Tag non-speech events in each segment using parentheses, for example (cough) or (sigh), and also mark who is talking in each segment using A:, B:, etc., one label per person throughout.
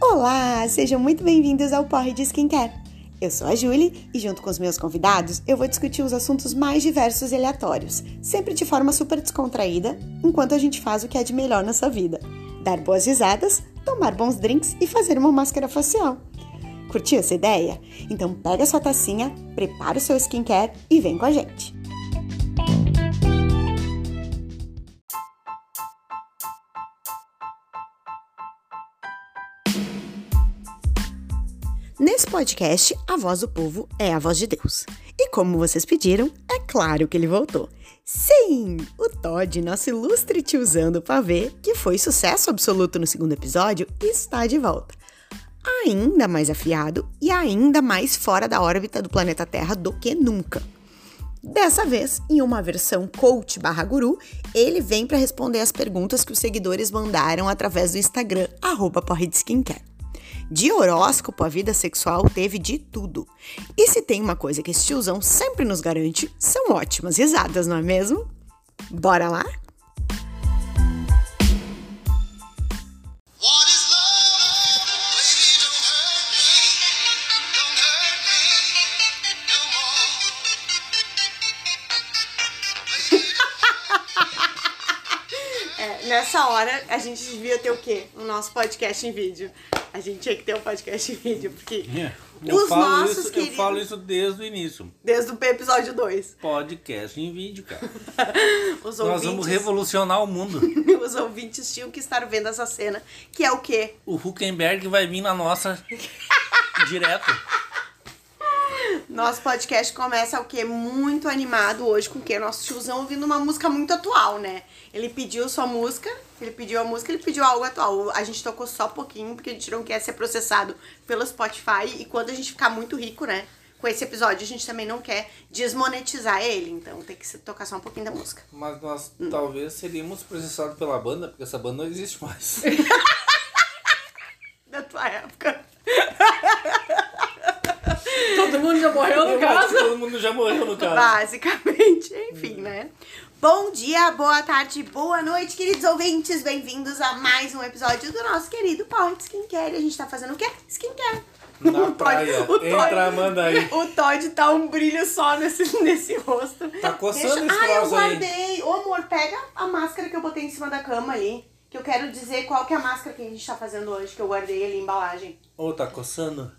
A: Olá, sejam muito bem-vindos ao Porre de Skincare. Eu sou a Julie e junto com os meus convidados, eu vou discutir os assuntos mais diversos e aleatórios, sempre de forma super descontraída, enquanto a gente faz o que é de melhor nessa vida: dar boas risadas, tomar bons drinks e fazer uma máscara facial. Curtiu essa ideia? Então pega sua tacinha, prepara o seu skincare e vem com a gente. Nesse podcast, a voz do povo é a voz de Deus. E como vocês pediram, é claro que ele voltou. Sim, o Todd, nosso ilustre tiozão do pavê, que foi sucesso absoluto no segundo episódio, está de volta. Ainda mais afiado e ainda mais fora da órbita do planeta Terra do que nunca. Dessa vez, em uma versão coach barra guru, ele vem para responder as perguntas que os seguidores mandaram através do Instagram, arroba porre de skincare. De horóscopo a vida sexual teve de tudo. E se tem uma coisa que esse tiozão sempre nos garante, são ótimas risadas, não é mesmo? Bora lá?
B: What is love? Baby, don't hurt me. Don't hurt me no more.
A: É, nessa hora a gente devia ter o quê? O nosso podcast em vídeo. A gente tinha que ter um podcast em vídeo, porque
C: É. Eu
A: os
C: falo
A: nossos
C: isso,
A: queridos.
C: Eu falo isso desde o início.
A: Desde o episódio 2.
C: Podcast em vídeo, cara.
A: (laughs) Os
C: Nós vamos
A: ouvintes,
C: revolucionar o mundo.
A: (laughs) os ouvintes tinham que estar vendo essa cena, que é o quê?
C: O Huckenberg vai vir na
A: (laughs)
C: nossa direto.
A: Nosso podcast começa o quê? Muito animado hoje com o quê? Nosso tiozão ouvindo uma música muito atual, né? Ele pediu sua música, ele pediu a música, ele pediu algo atual. A gente tocou só pouquinho, porque a gente não quer ser processado pelo Spotify. E quando a gente ficar muito rico, né? Com esse episódio, a gente também não quer desmonetizar ele. Então tem que se- tocar só um pouquinho da música.
C: Mas nós talvez seríamos processados pela banda, porque essa banda não existe
A: (laughs)
C: mais.
A: Da tua época.
D: Todo mundo já morreu no caso?
C: Todo mundo já morreu no caso.
A: Basicamente, (laughs)
C: Uhum.
A: enfim, né? Bom dia, boa tarde, boa noite, queridos ouvintes. Bem-vindos a mais um episódio do nosso querido Power de Skincare. E A gente tá fazendo o quê? Skincare. (laughs)
C: Na
A: Todd-
C: praia. Entra, manda aí.
A: (laughs) O Todd tá um brilho só nesse, (laughs) nesse rosto.
C: Tá coçando esse
A: Ah, eu
C: troço aí.
A: guardei. Ô, amor, pega a máscara que eu botei em cima da cama ali. Que eu quero dizer qual que é a máscara que a gente tá fazendo hoje, que eu guardei ali, a embalagem.
C: Ô, tá coçando?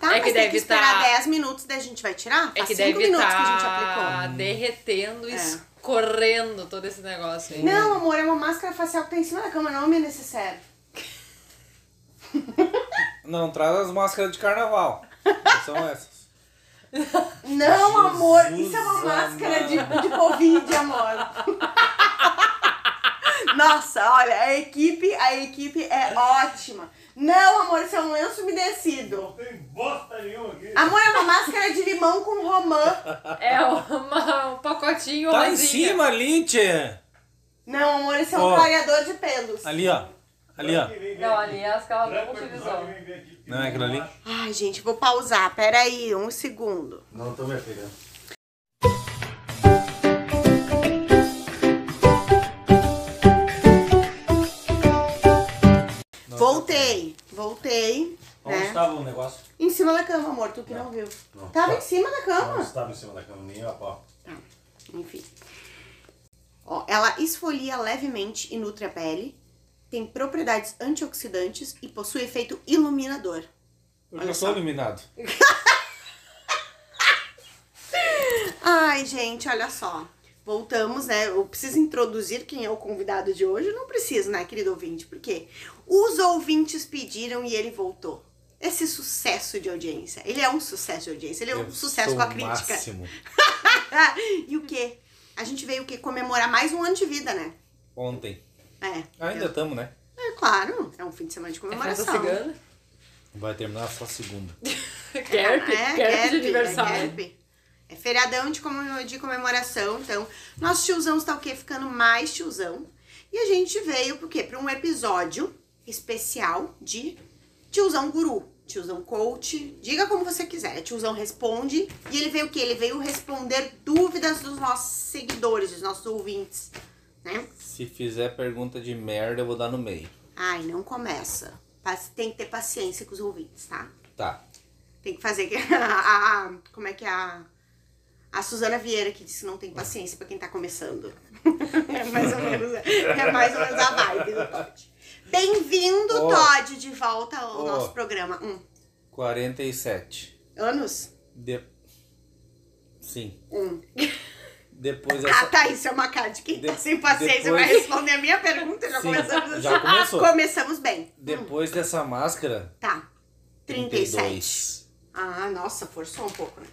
A: Tá,
D: É
A: mas
D: que
A: tem que
D: deve
A: esperar
D: tá-
A: 10 minutos, daí a gente vai tirar?
D: É
A: Faz
D: que
A: 5
D: deve
A: minutos que a gente aplicou.
D: estar derretendo,
A: É.
D: escorrendo todo esse negócio aí.
A: Não, amor, é uma máscara facial que tá em cima da cama, não é necessário.
C: Não, traz as máscaras de
A: (laughs)
C: carnaval. Não são essas.
A: Não, amor, isso é uma
C: Jesus
A: máscara de,
C: amado.
A: de Covid, amor. (laughs) Nossa, olha, a equipe, a equipe é ótima. Não, amor, isso é um lenço umedecido.
E: tem bosta nenhuma aqui.
A: Amor, é uma máscara de limão com romã.
D: É uma- um pacotinho
C: Tá em
D: rosinha.
C: cima, Lynch!
A: Não, amor, isso é um
C: Ó.
A: clareador de pelos.
C: Ali, ó. Ali, ó.
D: Não, aliás, que ela não
E: Branco é episódio,
D: utilizou.
E: vem ver aqui.
C: Não é aquilo ali?
A: Ai, gente, vou pausar. Pera aí, um segundo.
E: Não, tô me afegando.
D: É.
A: Voltei, voltei.
C: Onde
A: Né?
C: estava o negócio?
A: Em cima da cama, amor, tu que não, viu.
E: tá? não.
A: Tava
E: Tá.
A: em cima da cama.
E: Não estava em cima da cama, nem a pau.
A: Tá, enfim. Ó, ela esfolia levemente e nutre a pele, tem propriedades antioxidantes e possui efeito iluminador.
C: Eu já sou eliminado.
A: Ai, gente, olha só. Voltamos, né? Eu preciso introduzir quem é o convidado de hoje. Não preciso, né, querido ouvinte? Porque os ouvintes pediram e ele voltou. Esse sucesso de audiência. Ele é um sucesso de audiência. Ele é um
C: Eu
A: sucesso
C: sou
A: com a
C: o
A: crítica.
C: Máximo.
A: (laughs) e o quê? A gente veio o quê? Comemorar mais um ano de vida, né?
C: Ontem.
A: É.
C: Ainda estamos, né?
A: É claro, é um fim de semana de
D: É França
A: comemoração.
D: cigana?
C: Vai terminar só segunda.
D: Kerp,
A: É,
D: Kerp de
A: Kerp, É,
D: aniversário.
A: Kerp. É feriadão de, comem- de comemoração, então nosso tiozão está o quê? Ficando mais tiozão. E a gente veio pro quê? Pra um episódio especial de tiozão guru, tiozão coach, diga como você quiser. é Tiozão responde e ele veio o quê? Ele veio responder dúvidas dos nossos seguidores, dos nossos ouvintes, né?
C: Se fizer pergunta de merda, eu vou dar no meio.
A: Ai, não começa. Paci- Tem que ter paciência com os ouvintes, tá?
F: Tá.
A: Tem que fazer que (laughs) a, a- como é que é a a Suzana Vieira que disse não tem paciência pra quem tá começando. (laughs) é mais ou menos é mais ou menos a vibe do Todd. Bem-vindo
F: Ô.
A: Todd de volta ao
F: Ô.
A: nosso programa. Hum,
F: 47.
A: anos?
F: De... Sim.
A: Um.
F: Depois
A: (laughs) Ah,
F: essa.
A: tá, isso é uma cara de quem tá
F: De-
A: sem paciência
F: depois-
A: vai responder a minha pergunta. Já
F: Sim,
A: começamos assim.
F: já começou.
A: Começamos bem. Hum,
F: Depois dessa máscara.
A: tá. 37.
F: 32.
A: Ah, nossa, forçou um pouco, né?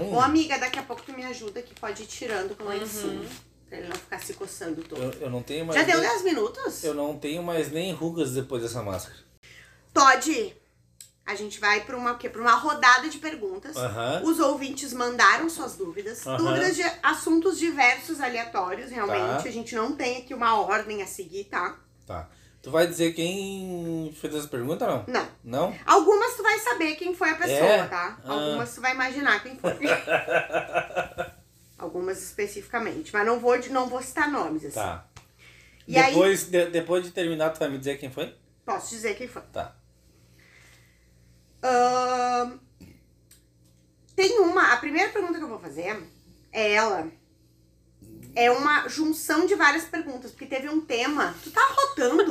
A: Ô,
F: Não.
A: amiga, daqui a pouco tu me ajuda que pode ir tirando com lá
F: Uhum.
A: em cima. Pra ele não ficar se coçando todo.
F: Eu, eu não tenho mais.
A: Já deu
F: nem-
A: 10 minutos?
F: Eu não tenho mais nem rugas depois dessa máscara.
A: Todd, a gente vai pra uma, o quê? Pra uma rodada de perguntas.
F: Aham.
A: Os ouvintes mandaram suas dúvidas.
F: Aham.
A: Dúvidas de assuntos diversos, aleatórios, realmente.
F: Tá.
A: A gente não tem aqui uma ordem a seguir, tá?
F: Tá. Tu vai dizer quem fez essa pergunta ou não?
A: Não.
F: Não?
A: Algumas tu vai saber quem foi a pessoa,
F: É?
A: tá?
F: Ah.
A: Algumas tu vai imaginar quem
F: (laughs)
A: foi. Algumas especificamente. Mas não vou, de- não vou citar nomes, assim.
F: Tá.
A: E aí,
F: depois, de- depois de terminar, tu vai me dizer quem foi?
A: posso dizer quem foi.
F: Tá.
A: Ahn, tem uma. A primeira pergunta que eu vou fazer é ela. É uma junção de várias perguntas, porque teve um tema. Tu tá rotando?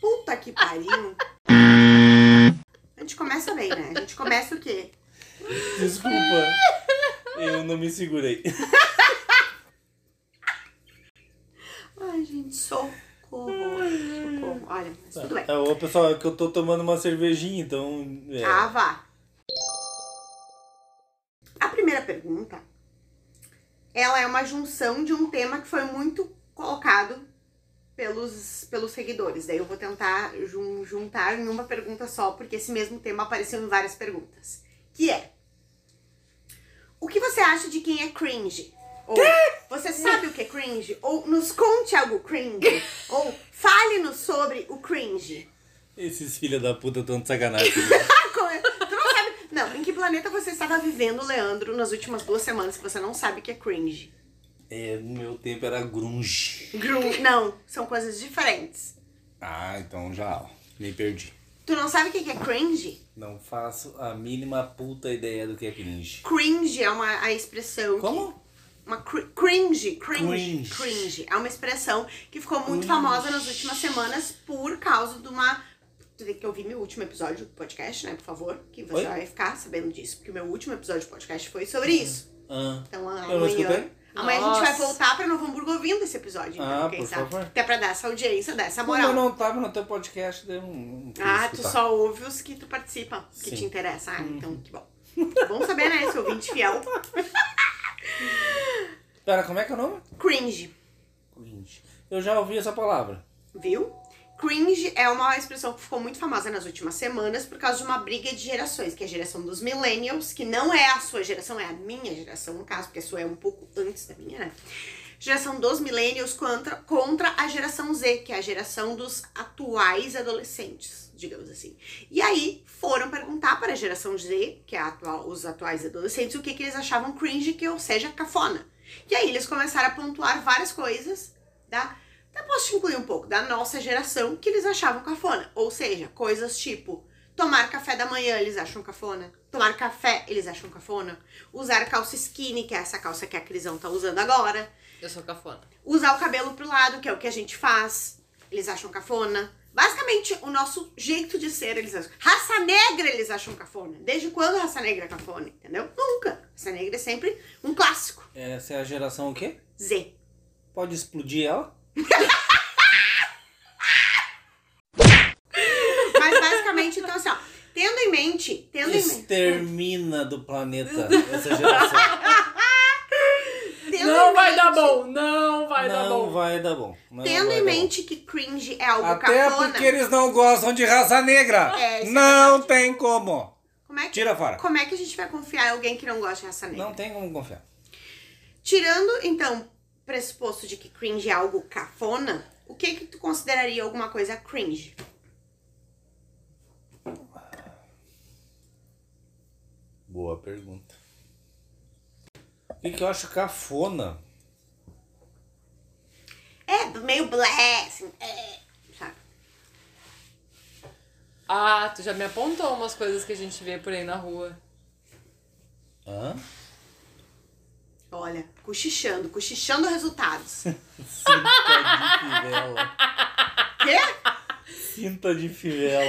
A: Puta que pariu! A gente começa bem, né? A gente começa o quê?
F: Desculpa. Eu não me segurei.
A: Ai, gente, socorro, socorro. Olha, mas tudo bem.
F: É, ô, pessoal, é que eu tô tomando uma cervejinha, então. é.
A: Ah, vá. A primeira pergunta, ela é uma junção de um tema que foi muito colocado pelos, pelos seguidores. Daí eu vou tentar jun- juntar em uma pergunta só, porque esse mesmo tema apareceu em várias perguntas. Que é, o que você acha de quem é cringe? Ou, você sabe o que é cringe? Ou nos conte algo cringe? Ou fale-nos sobre o cringe?
F: Esses filha da puta tão de sacanagem.
A: (laughs) Como é? Tu não sabe. Não, em que planeta você estava vivendo, Leandro, nas últimas duas semanas que você não sabe que é cringe?
F: é, no meu tempo era grunge.
A: Gru. Não, são coisas diferentes.
F: Ah, então já, ó, me perdi.
A: Tu não sabe o que que é cringe?
F: Não faço a mínima puta ideia do que é cringe.
A: Cringe é uma a expressão. que-
F: Como?
A: uma cri- cringe, cringe,
F: Cringe.
A: cringe. É uma expressão que ficou muito famosa nas últimas semanas por causa de uma. Tu tem que ouvir meu último episódio do podcast, né? Por favor. Que você
F: Oi?
A: vai ficar sabendo disso. Porque o meu último episódio do podcast foi sobre isso.
F: Ah,
A: Então amanhã.
F: Eu não escutei.
A: Amanhã a gente vai
D: Nossa.
A: voltar pra Novo Hamburgo ouvindo esse episódio, então,
F: Ah,
A: quem
F: por
A: sabe?
F: favor.
A: Até pra dar essa audiência, dar essa
F: como
A: moral.
F: eu não tava no teu podcast, um, daí eu não, não quis
A: ah, tu
F: escutar.
A: só ouve os que tu participa, que
F: Sim.
A: te interessa. Ah, então que bom. Bom saber, né? Seu ouvinte fiel.
F: Pera, como é que é o nome?
A: Cringe,
F: Cringe. Eu já ouvi essa palavra.
A: viu? Cringe é uma expressão que ficou muito famosa nas últimas semanas por causa de uma briga de gerações, que é a geração dos millennials, que não é a sua geração, é a minha geração, no caso, porque a sua é um pouco antes da minha, né? geração dos millennials contra, contra a geração Z, que é a geração dos atuais adolescentes, digamos assim. E aí foram perguntar para a geração Z, que é a atual, os atuais adolescentes, o que, que eles achavam cringe, que ou seja, cafona. E aí eles começaram a pontuar várias coisas da. da posso te incluir um pouco da nossa geração que eles achavam cafona. Ou seja, coisas tipo. Tomar café da manhã, eles acham cafona. Tomar café, eles acham cafona. Usar calça skinny, que é essa calça que a Crisão tá usando agora
D: Eu sou cafona.
A: usar o cabelo pro lado, que é o que a gente faz. Eles acham cafona. Basicamente, o nosso jeito de ser, eles acham. Raça negra, eles acham cafona. Desde quando raça negra é cafona, entendeu? Nunca. Raça negra é sempre um clássico.
F: Essa é a geração o quê?
A: Z.
F: Pode explodir ela?
A: Mas basicamente, então assim, ó. Tendo em mente, tendo em mente.
F: Extermina do
A: (laughs)
F: planeta essa geração.
A: Tendo
D: Não
A: em
D: vai
A: mente-
D: dar bom, não vai dar
F: não
D: bom.
F: vai dar bom. Não
A: Tendo
F: vai
A: em
F: dar
A: mente que cringe é algo
F: bom. Até
A: cafona.
F: porque eles não gostam de raça negra.
A: É, isso é
F: não
A: verdade.
F: tem como.
A: Como é que,
F: Tira fora.
A: Como é que a gente vai confiar em alguém que não gosta de raça negra?
F: Não tem como confiar.
A: Tirando, então, o pressuposto de que cringe é algo cafona, o que que tu consideraria alguma coisa cringe?
F: Boa pergunta. O que, que eu acho cafona?
A: É, meio blessing, é, sabe?
D: Ah, tu já me apontou umas coisas que a gente vê por aí na rua.
F: Hã?
A: Olha, cochichando, cochichando
F: (laughs)
A: resultados.
F: Cinta de fivela.
A: Quê?
F: Cinta (laughs) de fivela.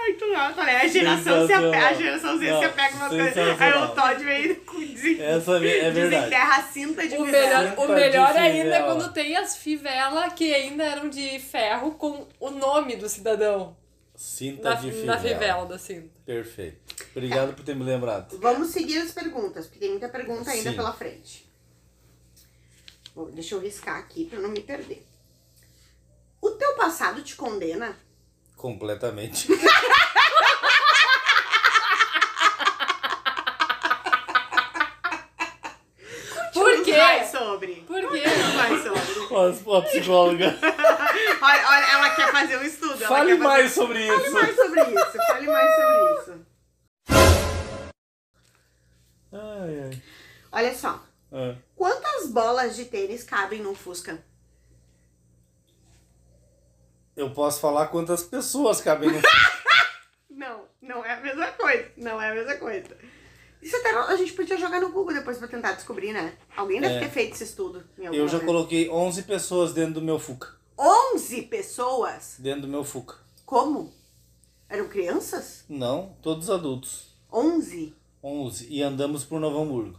A: Ai, tu não, tá, né? A geração, se apega, a geração Z se
F: Não,
A: apega umas coisas. Aí
F: sensacional.
A: o Todd (laughs) vem com desen...
F: Essa é- é verdade.
A: desenterra a cinta de
D: O
A: visão.
D: melhor,
F: Cinta
D: o
F: de
D: melhor ainda é
F: fivela.
D: quando tem as fivelas que ainda eram de ferro com o nome do cidadão
F: Cinta
D: na,
F: tá de fivela.
D: na fivela da cinta.
F: Perfeito. Obrigado por ter me lembrado.
A: Vamos seguir as perguntas, porque tem muita pergunta ainda
F: Sim.
A: pela frente. Bom, deixa eu riscar aqui pra não me perder. O teu passado te condena?
F: Completamente.
A: Tipo,
D: Por quê?
A: Não vai sobre.
D: Por quê?
A: Não vai sobre.
F: (laughs) Ó, a psicóloga.
A: Olha, olha, ela quer fazer um estudo. ela
F: Fale
A: quer fazer-
F: mais sobre
A: Fale
F: isso.
A: mais sobre isso. Fale mais sobre isso.
F: Ai, ai.
A: Olha só.
F: Ah,
A: Quantas bolas de tênis cabem num Fusca?
F: Eu posso falar quantas pessoas cabem no.
A: Não, não é a mesma coisa. Não é a mesma coisa. Isso até a gente podia jogar no Google depois pra tentar descobrir, né? Alguém deve
F: É.
A: ter feito esse estudo. em algum
F: Eu já
A: momento.
F: coloquei 11 pessoas dentro do meu Fuca.
A: 11 pessoas?
F: Dentro do meu Fuca.
A: Como? Eram crianças?
F: Não, todos adultos.
A: 11?
F: 11. E andamos por
A: (gasps)
F: Novo Hamburgo.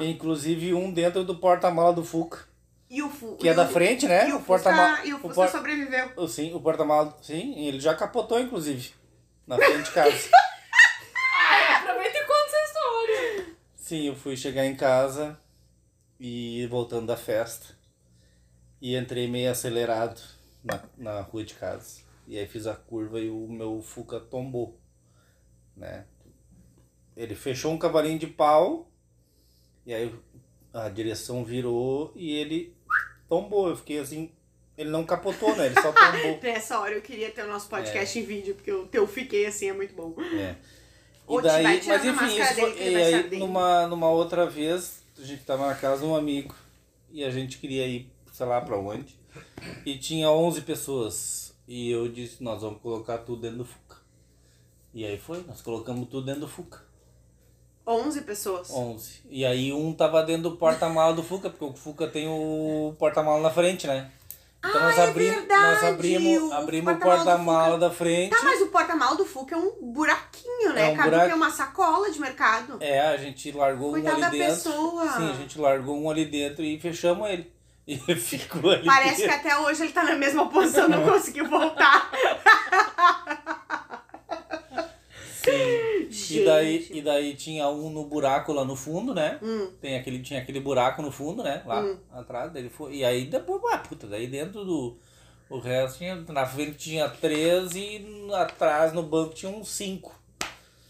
F: Inclusive um dentro do porta-mala do Fuca.
A: E o Fusca.
F: Que é da frente, né?
A: E o
F: O porta-mala-
A: Fusca, e o
F: o
A: Fusca
F: por-
A: sobreviveu.
F: Oh, Sim, o porta-mala. Sim, ele já capotou, inclusive. Na frente de casa.
D: Aproveita e conta essa história.
F: Sim, eu fui chegar em casa e voltando da festa. E entrei meio acelerado na, na rua de casa. E aí fiz a curva e o meu Fuca tombou. Né? Ele fechou um cavalinho de pau. E aí a direção virou e ele tombou. Eu fiquei assim. Ele não capotou, né? Ele só tombou.
A: Nessa hora eu queria ter o nosso podcast em vídeo, porque o teu fiquei assim é muito bom.
F: É.
A: Ou
F: E
A: te vai
F: daí,
A: tirando
F: mas
A: a
F: enfim,
A: máscara
F: isso
A: dele
F: foi,
A: que ele
F: e
A: vai se
F: aí
A: arder.
F: numa, numa outra vez, a gente tava na casa de um amigo e a gente queria ir, sei lá pra onde, e tinha 11 pessoas. E eu disse, nós vamos colocar tudo dentro do Fuca. E aí foi, nós colocamos tudo dentro do Fuca.
A: 11 pessoas.
F: 11. E aí um tava dentro do porta-mala do Fuca, porque o Fuca tem o porta-mala na frente, né? Então nós, abri
A: Ah,
F: nós
A: é verdade,
F: abrimos,
A: o
F: abrimos o
A: porta-mala do
F: porta-mala da frente.
A: Tá, mas o porta-mal do Fuca é um buraquinho, né?
F: É um
A: Cabe
F: buraco.
A: que é uma sacola de mercado.
F: É, a gente largou
A: Coitada
F: um
A: da
F: ali dentro.
A: pessoa.
F: Sim, a gente largou um ali dentro e fechamos ele. (laughs) E ficou ali.
A: Parece que
F: dentro.
A: até hoje ele tá na mesma posição, não conseguiu voltar.
F: Sim. E daí, e daí tinha um no buraco lá no fundo, né?
A: Hum.
F: Tem aquele, tinha aquele buraco no fundo, né? Lá atrás. Daí ele foi, e aí depois, ah, puta, daí dentro do. O resto tinha. Na frente tinha três e atrás no banco tinha uns cinco.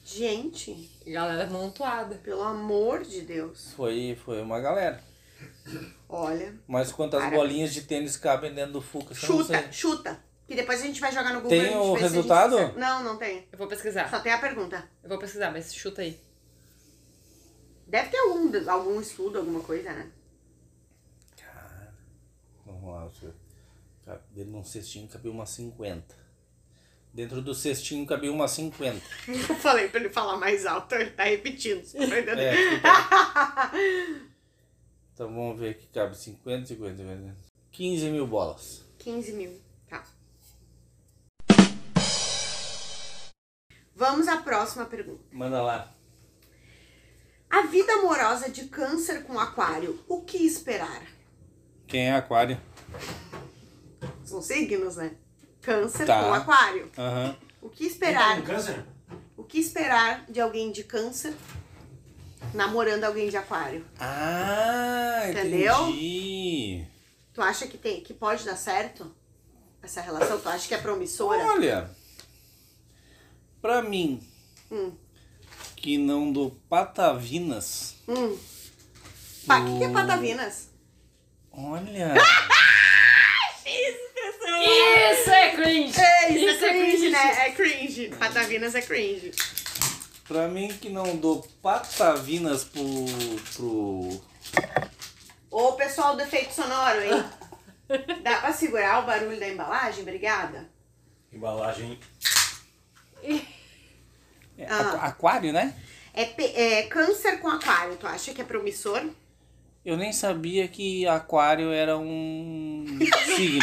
A: Gente,
D: Galera montuada.
A: pelo amor de Deus.
F: Foi, foi uma galera.
A: Olha.
F: Mas quantas
A: Cara.
F: bolinhas de tênis cabem dentro do Fuca? isso eu não
A: Chuta,
F: sei.
A: chuta. Que depois a gente vai jogar no Google.
F: Então,
A: e
F: Tem
A: a gente
F: o
A: vê se a gente
F: resultado?
A: consegue. Não, não tem.
D: Eu vou pesquisar.
A: Só tem a pergunta.
D: Eu vou pesquisar, mas chuta aí.
A: Deve ter algum, algum estudo, alguma coisa, né? (laughs)
F: Vamos lá, deixa eu ver. Cabe- Dentro de um cestinho cabia umas 50. Dentro do cestinho cabia umas 50.
A: Eu falei pra ele falar mais alto, ele tá repetindo.
F: (laughs)
A: desculpa, ainda não.
F: É, fica
A: (laughs)
F: aí. então vamos ver aqui, cabe 50, 50, 50. 15 mil bolas.
A: 15 mil. Tá. Vamos à próxima pergunta.
F: Manda lá.
A: A vida amorosa de câncer com aquário, o que esperar?
F: Quem é aquário?
A: São signos, né? Câncer
F: Tá.
A: com aquário.
F: Aham.
A: O que
E: Tem um
A: esperar?
E: câncer?
A: O que esperar de alguém de câncer namorando alguém de aquário?
F: Ah,
A: Entendeu?
F: entendi.
A: Tu acha que tem que pode dar certo essa relação? Tu acha que é promissora?
F: Olha, pra mim,
A: Hum.
F: que não dou patavinas...
A: Hum. Pa, que, que é patavinas?
F: Olha...
D: Isso é cringe!
A: né? É cringe. Patavinas é cringe.
F: Pra mim que não dou patavinas pro. pro.
A: (laughs) Ô, pessoal do efeito sonoro, hein? Dá pra segurar o barulho da embalagem? Obrigada.
E: Embalagem.
F: É,
A: Ah.
F: aqu- Aquário, né?
A: É, pe- é câncer com aquário, tu acha que é promissor?
F: Eu nem sabia que aquário era um (laughs) signo.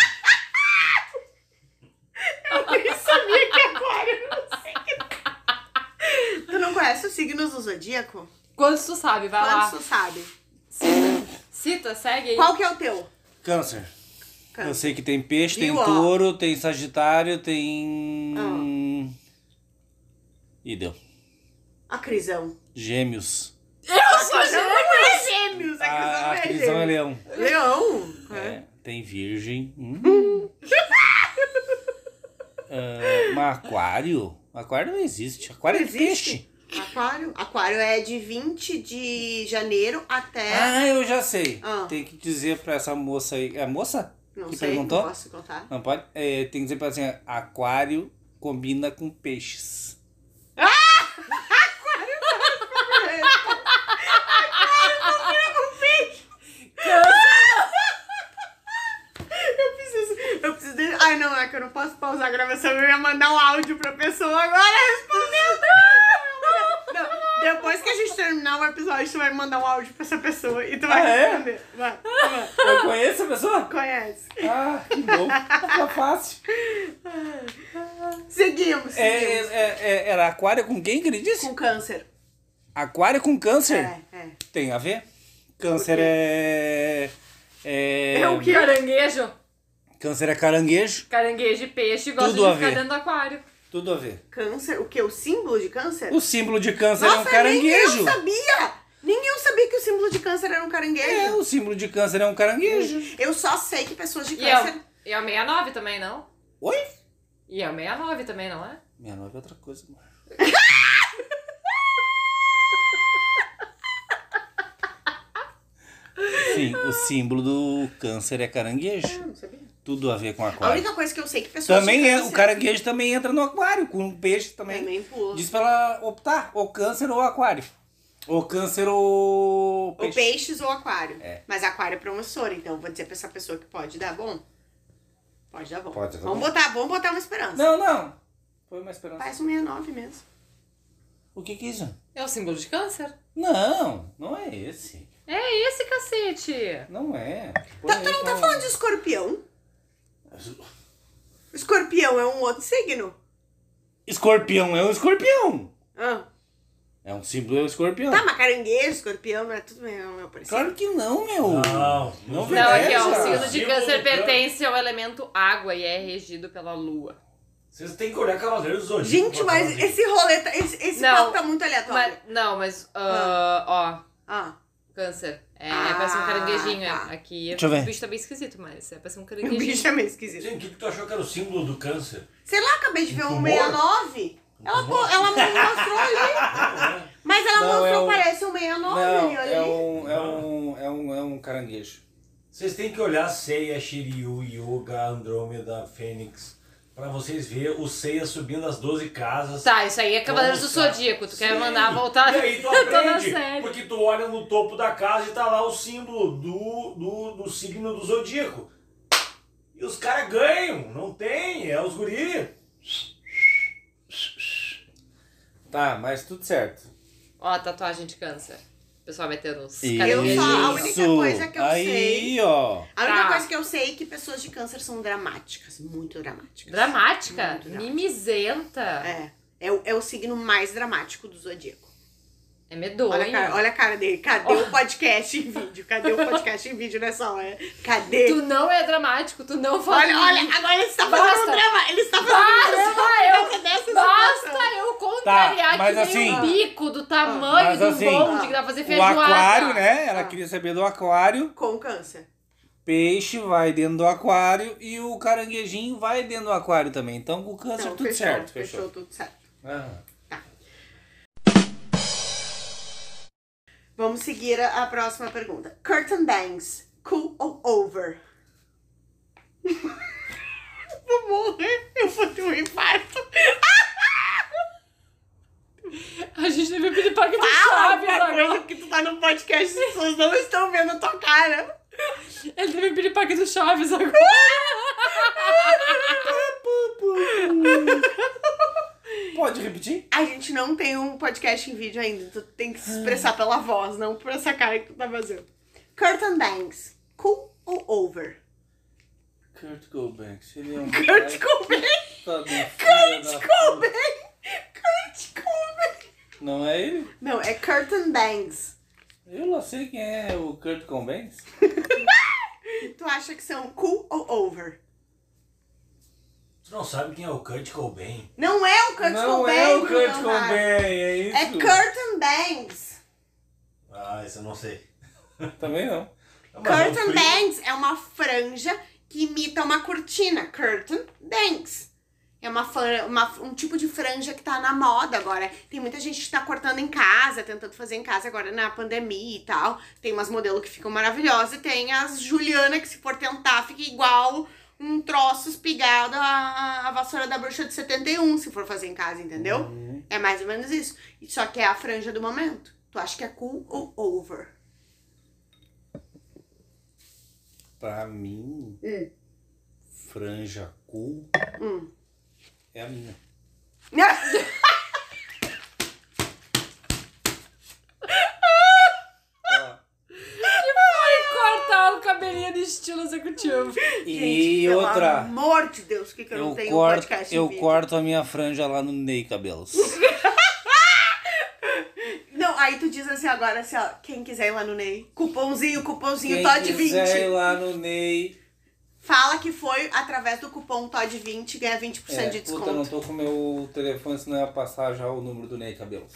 A: Eu sabia que é aquário não sei. Tu não conhece os signos do zodíaco?
D: Quantos tu sabe? Vai
A: Quantos
D: lá.
A: tu sabe?
D: Cita, segue aí.
A: Qual que é o teu?
F: Câncer. Eu
A: Câncer.
F: sei que tem peixe, tem
A: Viu, ó?
F: touro, tem sagitário, tem.
A: Ah.
F: E deu.
A: A crisão.
F: Gêmeos.
A: Eu sou gêmeos! A crisão
F: A,
A: é
F: a prisão é
A: gêmeos.
F: leão.
A: Leão!
F: É,
A: (laughs)
F: tem virgem. Hum. Ah, mas aquário? Aquário não existe. Aquário
A: Não
F: é
A: existe.
F: peixe.
A: Aquário? Aquário é de 20 de janeiro até.
F: Ah, eu já sei.
A: É. Ah.
F: Tem que dizer pra essa moça aí. É a moça?
A: não
F: que
A: sei,
F: perguntou?
A: não posso contar.
F: Não pode? É, tem que dizer pra ela assim: aquário combina com peixes.
A: (laughs) Eu preciso. Eu preciso. De... Ai, não, é que eu não posso pausar a gravação. Eu ia mandar um áudio pra pessoa agora respondendo. Não, depois que a gente terminar o episódio, tu vai mandar um áudio pra essa pessoa e tu vai
F: Ah, é?
A: responder. Vai, vai.
F: Eu conheço a pessoa?
A: Conhece.
F: Ah, que bom. Fica fácil.
A: Seguimos, seguimos.
F: É, é, é, era aquário com quem que ele disse?
A: Com câncer.
F: Aquário com câncer?
A: É, é.
F: Tem a ver? Câncer é. É.
D: É o que? Caranguejo.
F: Câncer é caranguejo?
D: Caranguejo e peixe gosta
F: Tudo a
D: de ficar
F: ver.
D: dentro do aquário.
F: Tudo a ver.
A: Câncer? O que? O símbolo de câncer?
F: O símbolo de câncer é um
A: nem eu
F: caranguejo.
A: sabia! Nem eu sabia que o símbolo de câncer era um
F: É,
A: caranguejo.
F: o símbolo de câncer é um caranguejo.
A: Eu só sei que pessoas de
D: E
F: um
D: é,
A: câncer...
D: o- e é o 69 também, não?
F: Oi?
D: E é o 69 também, não é?
F: Minha nova é outra coisa, mano. Sim, o símbolo do câncer é caranguejo.
A: Não sabia.
F: Tudo a ver com
A: A
F: aquário.
A: única coisa que eu sei que pessoas
F: Também
A: de
F: é,
A: câncer...
F: o caranguejo também entra no aquário, com peixe também.
A: Também pula.
F: Diz pra ela optar, ou câncer ou aquário. Ou câncer ou
A: Ou
F: peixe.
A: peixes ou aquário.
F: É.
A: Mas aquário é promissor, então eu vou dizer pra essa pessoa que pode dar bom. Pode dar bom.
C: Pode dar
A: vamos
C: bom.
A: botar, vamos botar uma esperança.
F: Não, não. Foi uma esperança.
A: Faz um 69 mesmo.
F: O que que é isso?
D: É o símbolo de câncer?
F: Não, não é esse.
D: É esse, cacete!
F: Não é. Põe
A: Tá,
F: aí,
A: tu não tá
F: calma.
A: falando de escorpião? Escorpião é um outro signo?
F: Escorpião é um escorpião.
A: Ah.
F: É um símbolo, é um escorpião.
A: Tá, mas caranguejo, escorpião, não é tudo mesmo, meu parecido.
F: Claro que não, meu.
E: Não,
F: Não,
D: Não, aqui ó, o
F: Beleza.
D: signo de
E: Símbolo
D: câncer
E: do câncer.
D: pertence ao elemento água e é regido pela lua.
E: Vocês têm que olhar Cavaleiro do Zodíaco.
A: Gente,
E: pra
A: mas
E: falar disso.
A: esse rolê, tá, esse, esse
D: Não.
A: papo tá muito aleatório.
D: Mas- não, mas, ah,
A: Ah,
D: ó, câncer. É,
A: Ah,
D: parece um caranguejinho. é.
A: tá.
D: Aqui
F: Deixa eu
D: o
F: ver.
D: bicho tá bem esquisito, mas é parece
A: (laughs)
D: um
A: o
D: caranguejinho.
A: bicho é meio esquisito.
E: Gente, o que, que tu achou que era o símbolo do câncer?
A: Sei lá, acabei de ver um
E: Tumor?
A: 69. Ela, pô- ela me mostrou ali. Mas ela
F: Não,
A: mostrou,
F: Uhum. (laughs) é o-
A: parece um 69
F: Não,
A: ali, olha
F: é
A: ali.
F: um, é um, é um, é um caranguejo.
E: Vocês têm que olhar Seiya, Shiryu, Yoga, Andrômeda, Fênix. Pra vocês verem o Seiya subindo as 12 casas.
D: Tá, isso aí é Cavaleiros do
E: Nossa,
D: Zodíaco. Tu quer
E: sim.
D: mandar voltar
E: E aí
D: (laughs)
E: tu
D: toda a
E: aprende,
D: série.
E: porque tu olha no topo da casa e tá lá o símbolo do, do, do signo do Zodíaco. E os caras ganham, não tem, é os guri.
F: Tá, mas tudo certo.
D: Ó, tatuagem de câncer. O pessoal vai ter uns
F: Isso.
A: Eu só- a
D: caranguejinhos.
A: única coisa que eu
F: Aí,
A: sei-
F: ó.
A: A única
D: Tá.
A: coisa que eu sei é que pessoas de câncer são dramáticas, muito dramáticas.
D: Dramática,
A: Muito dramática.
D: mimizenta. É,
A: É. É o, é o signo mais dramático do zodíaco.
D: É medonho.
A: Olha a, cara, olha a cara dele. Cadê o podcast em vídeo? Cadê o podcast em vídeo nessa hora? Cadê?
D: Tu não é dramático, tu não fala.
A: Olha, (laughs) olha, agora ele está fazendo
D: Basta.
A: um drama. Ele está fazendo um drama.
D: Basta eu,
A: Dessa situação.
D: basta eu contrariar
F: Tá, mas
D: que nem
F: assim-
D: o bico do tamanho
F: Mas
D: do
F: assim,
D: bonde que dá pra fazer
F: O
D: feijoada.
F: aquário, né? Ela
A: Ah.
F: queria saber do aquário.
A: Com câncer.
F: Peixe vai dentro do aquário e o caranguejinho vai dentro do aquário também. Então com o câncer
A: Então,
F: tudo
A: fechou,
F: certo.
A: fechou. tudo certo.
F: Ah.
A: Vamos seguir a, a próxima pergunta. Curtain bangs, cool ou over? (laughs) vou morrer, eu vou ter um (laughs) infarto.
D: A gente deve pedir pra que tu
A: Fala
D: sabe
A: alguma coisa
D: agora.
A: que tu tá no podcast e as pessoas não estão vendo a tua cara.
D: Ele teve um piripaque do Chaves agora. (laughs)
F: Pode repetir?
A: A gente não tem um podcast em vídeo ainda. Tu tem que se expressar pela voz, não por essa cara que tu tá fazendo. Curtain Banks. Cool ou over?
F: Kurt Cobain. Ele é um
A: Kurt Cobain! Kurt Cobain! Kurt Cobain!
F: Não é ele?
A: Não, é Curtain Banks.
F: Eu não sei quem é o Kurt Cobain.
A: Tu acha que são cool ou over?
E: Tu não sabe quem é o Kurt Cobain?
A: Não é o Kurt
F: não
A: Cobain!
F: é o Kurt
A: Leonardo.
F: Cobain, é isso.
A: É Curtain Banks.
E: Ah, isso eu não sei.
F: Também não.
E: Mas é um
A: Curtain
E: freak.
A: bangs é uma franja que imita uma cortina. Curtain bangs. É uma, fra- uma- um tipo de franja que tá na moda agora. Tem muita gente que tá cortando em casa, tentando fazer em casa agora na pandemia e tal. Tem umas modelos que ficam maravilhosas e tem as Juliana que se for tentar fica igual um troço espigado à, à vassoura da bruxa de 71, se for fazer em casa, entendeu? É mais ou menos isso. Só que é a franja do momento. Tu acha que é cool ou over?
C: Pra mim,
A: Hum.
C: franja cool é a minha.
D: cortar o cabelinho de estilo executivo.
F: E outra.
A: Pelo amor de Deus, por que, que eu, não
F: Eu,
A: tenho um
F: corto,
A: podcast? em
F: eu
A: vídeo?
F: corto a minha franja lá no
A: (laughs)
F: Ney Cabelos.
A: Não, aí tu diz assim agora, assim, ó, quem quiser ir lá no Ney, cupomzinho, cupomzinho
F: Quem quiser ir
A: TOD20.
F: lá no Ney.
A: Fala que foi através do cupom TOD20 ganha 20%
F: É,
A: de
F: puta, eu não
A: desconto.
F: tô com meu telefone, senão ia passar já o número do Ney Cabelos.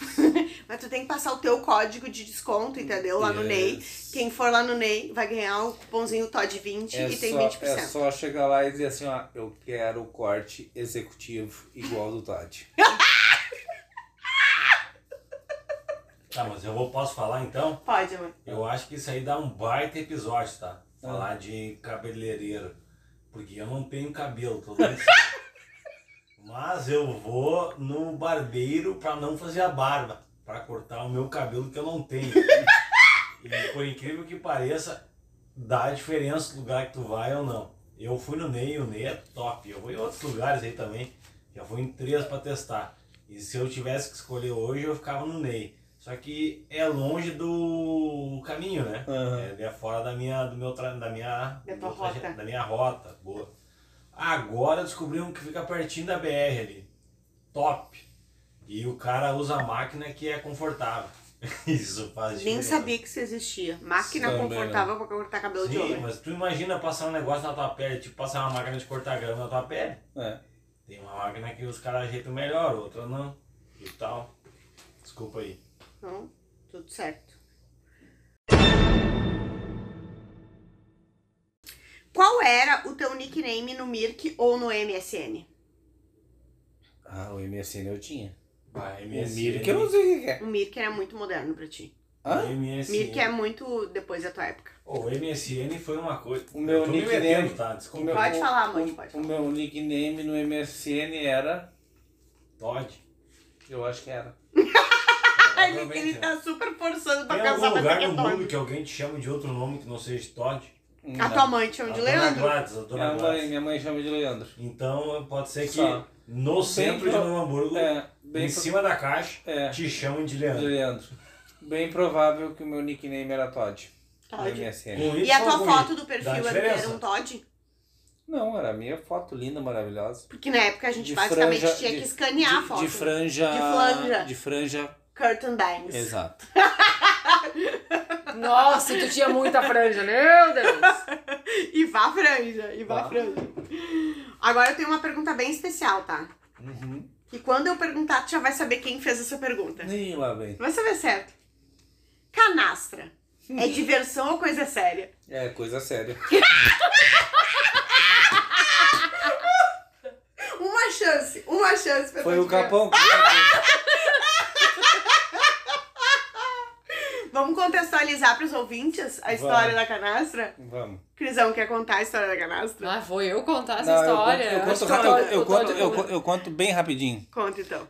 A: Mas tu tem que passar o teu código de desconto, entendeu? Lá no
F: Yes.
A: Ney. Quem for lá no Ney vai ganhar o cupomzinho TOD20 (laughs)
F: É
A: e tem
F: só,
A: 20%.
F: é só chegar lá e dizer assim, ó, eu quero o corte executivo igual do Tati.
E: Tá, mas eu vou, posso falar então?
A: Pode, amor.
E: Eu acho que isso aí dá um baita episódio, tá?
D: Ah.
E: Falar de cabeleireiro. Porque eu não tenho cabelo, tô vendo. Mas eu vou no barbeiro pra não fazer a barba. Pra cortar o meu cabelo que eu não tenho. E por incrível que pareça, dá diferença do lugar que tu vai ou não. Eu fui no Ney, e o Ney é top. Eu vou em outros lugares aí também. Já fui em três pra testar. E se eu tivesse que escolher hoje, eu ficava no Ney. Só que é longe do caminho, né?
F: Aham.
E: É, é fora da minha, do meu tra- da minha,
A: Da É tua
E: do traje-
A: rota.
E: da minha rota. Boa. Agora descobrimos que fica pertinho da BR ali. Top. E o cara usa a máquina que é confortável. (laughs) Isso faz
A: Nem
E: diferença.
A: sabia que isso existia. Máquina
F: Também não.
A: confortável pra cortar cabelo de
E: Sim,
A: homem.
E: mas tu imagina passar um negócio na tua pele, tipo passar uma máquina de cortar grama na tua pele.
F: É.
E: Tem uma máquina que os caras ajeitam melhor, outra não. E tal. Desculpa aí.
A: Então, tudo certo. Qual era o teu nickname no Mirk ou no MSN?
F: Ah, o MSN eu tinha.
E: Vai,
F: O Miro que eu não sei o que é.
A: O Mirk era muito moderno pra ti.
F: Hã?
E: MSN.
A: Mirk é muito depois da tua época.
E: Ô, o MSN foi uma coisa.
F: O meu
E: Eu tô me
F: nickname-
E: metendo, tá? Desculpa.
F: O meu-
A: Pode
F: o-
A: falar, mãe,
F: o-
A: pode
F: O
A: falar.
F: meu nickname no MSN era...
A: (laughs)
E: Todd.
F: Eu acho que era.
A: Ele,
E: Provavelmente,
A: ele
E: né?
A: tá super forçando pra
E: Tem
A: pensar
E: algum
A: pra
E: lugar
A: ser
E: no mundo
A: Todd.
E: que alguém te chama de outro nome que não seja Todd?
A: A
F: Não.
A: tua mãe te
E: A
A: chama de
E: dona
A: Leandro?
E: Gladys, a dona
F: Minha mãe,
E: Gladys.
F: minha mãe chama de Leandro.
E: Então pode ser que
F: Só.
E: no centro de
F: pro-
E: Novo Hamburgo,
F: É, bem
E: em
F: pro-
E: cima da caixa,
F: É.
E: te chamam de
F: de
E: Leandro.
F: Leandro. Bem provável que o meu nickname era Todd.
A: Todd.
E: é
F: No MSN.
E: Com
A: E
E: isso
A: a tua
E: ou com
A: foto
E: I?
A: do
E: um Dá
A: perfil era
E: diferença.
A: era um Todd?
F: Não, era a minha foto linda, maravilhosa.
A: Porque na época a gente
F: De
A: basicamente
F: franja-
A: tinha
F: de-
A: que escanear
F: de,
A: a foto.
F: De franja.
A: De franja.
F: De franja.
A: Curtain Bangs.
F: Exato.
D: Nossa, tu tinha muita franja, meu Deus.
A: E vá franja, e vá
F: Vá.
A: franja. Agora eu tenho uma pergunta bem especial, tá?
F: Uhum.
A: E quando eu perguntar, tu já vai saber quem fez essa pergunta.
F: Nem lá vem.
A: Vai saber certo. Canastra. É
F: (laughs)
A: diversão ou coisa séria?
F: É coisa séria.
A: Uma chance, uma chance pra
F: Foi
A: tu
F: o
A: adivinhar.
F: Capão.
A: Vamos contextualizar pros ouvintes a história da canastra?
F: (laughs) Vamos.
A: Crisão, quer contar a história da canastra?
D: Ah, vou eu contar essa
F: Não, eu conto- eu
D: história. Acho
F: conto
D: que
F: rápido-
D: tô-
F: eu
D: tô-
F: conto- eu co- eu conto bem rapidinho.
A: Conta então.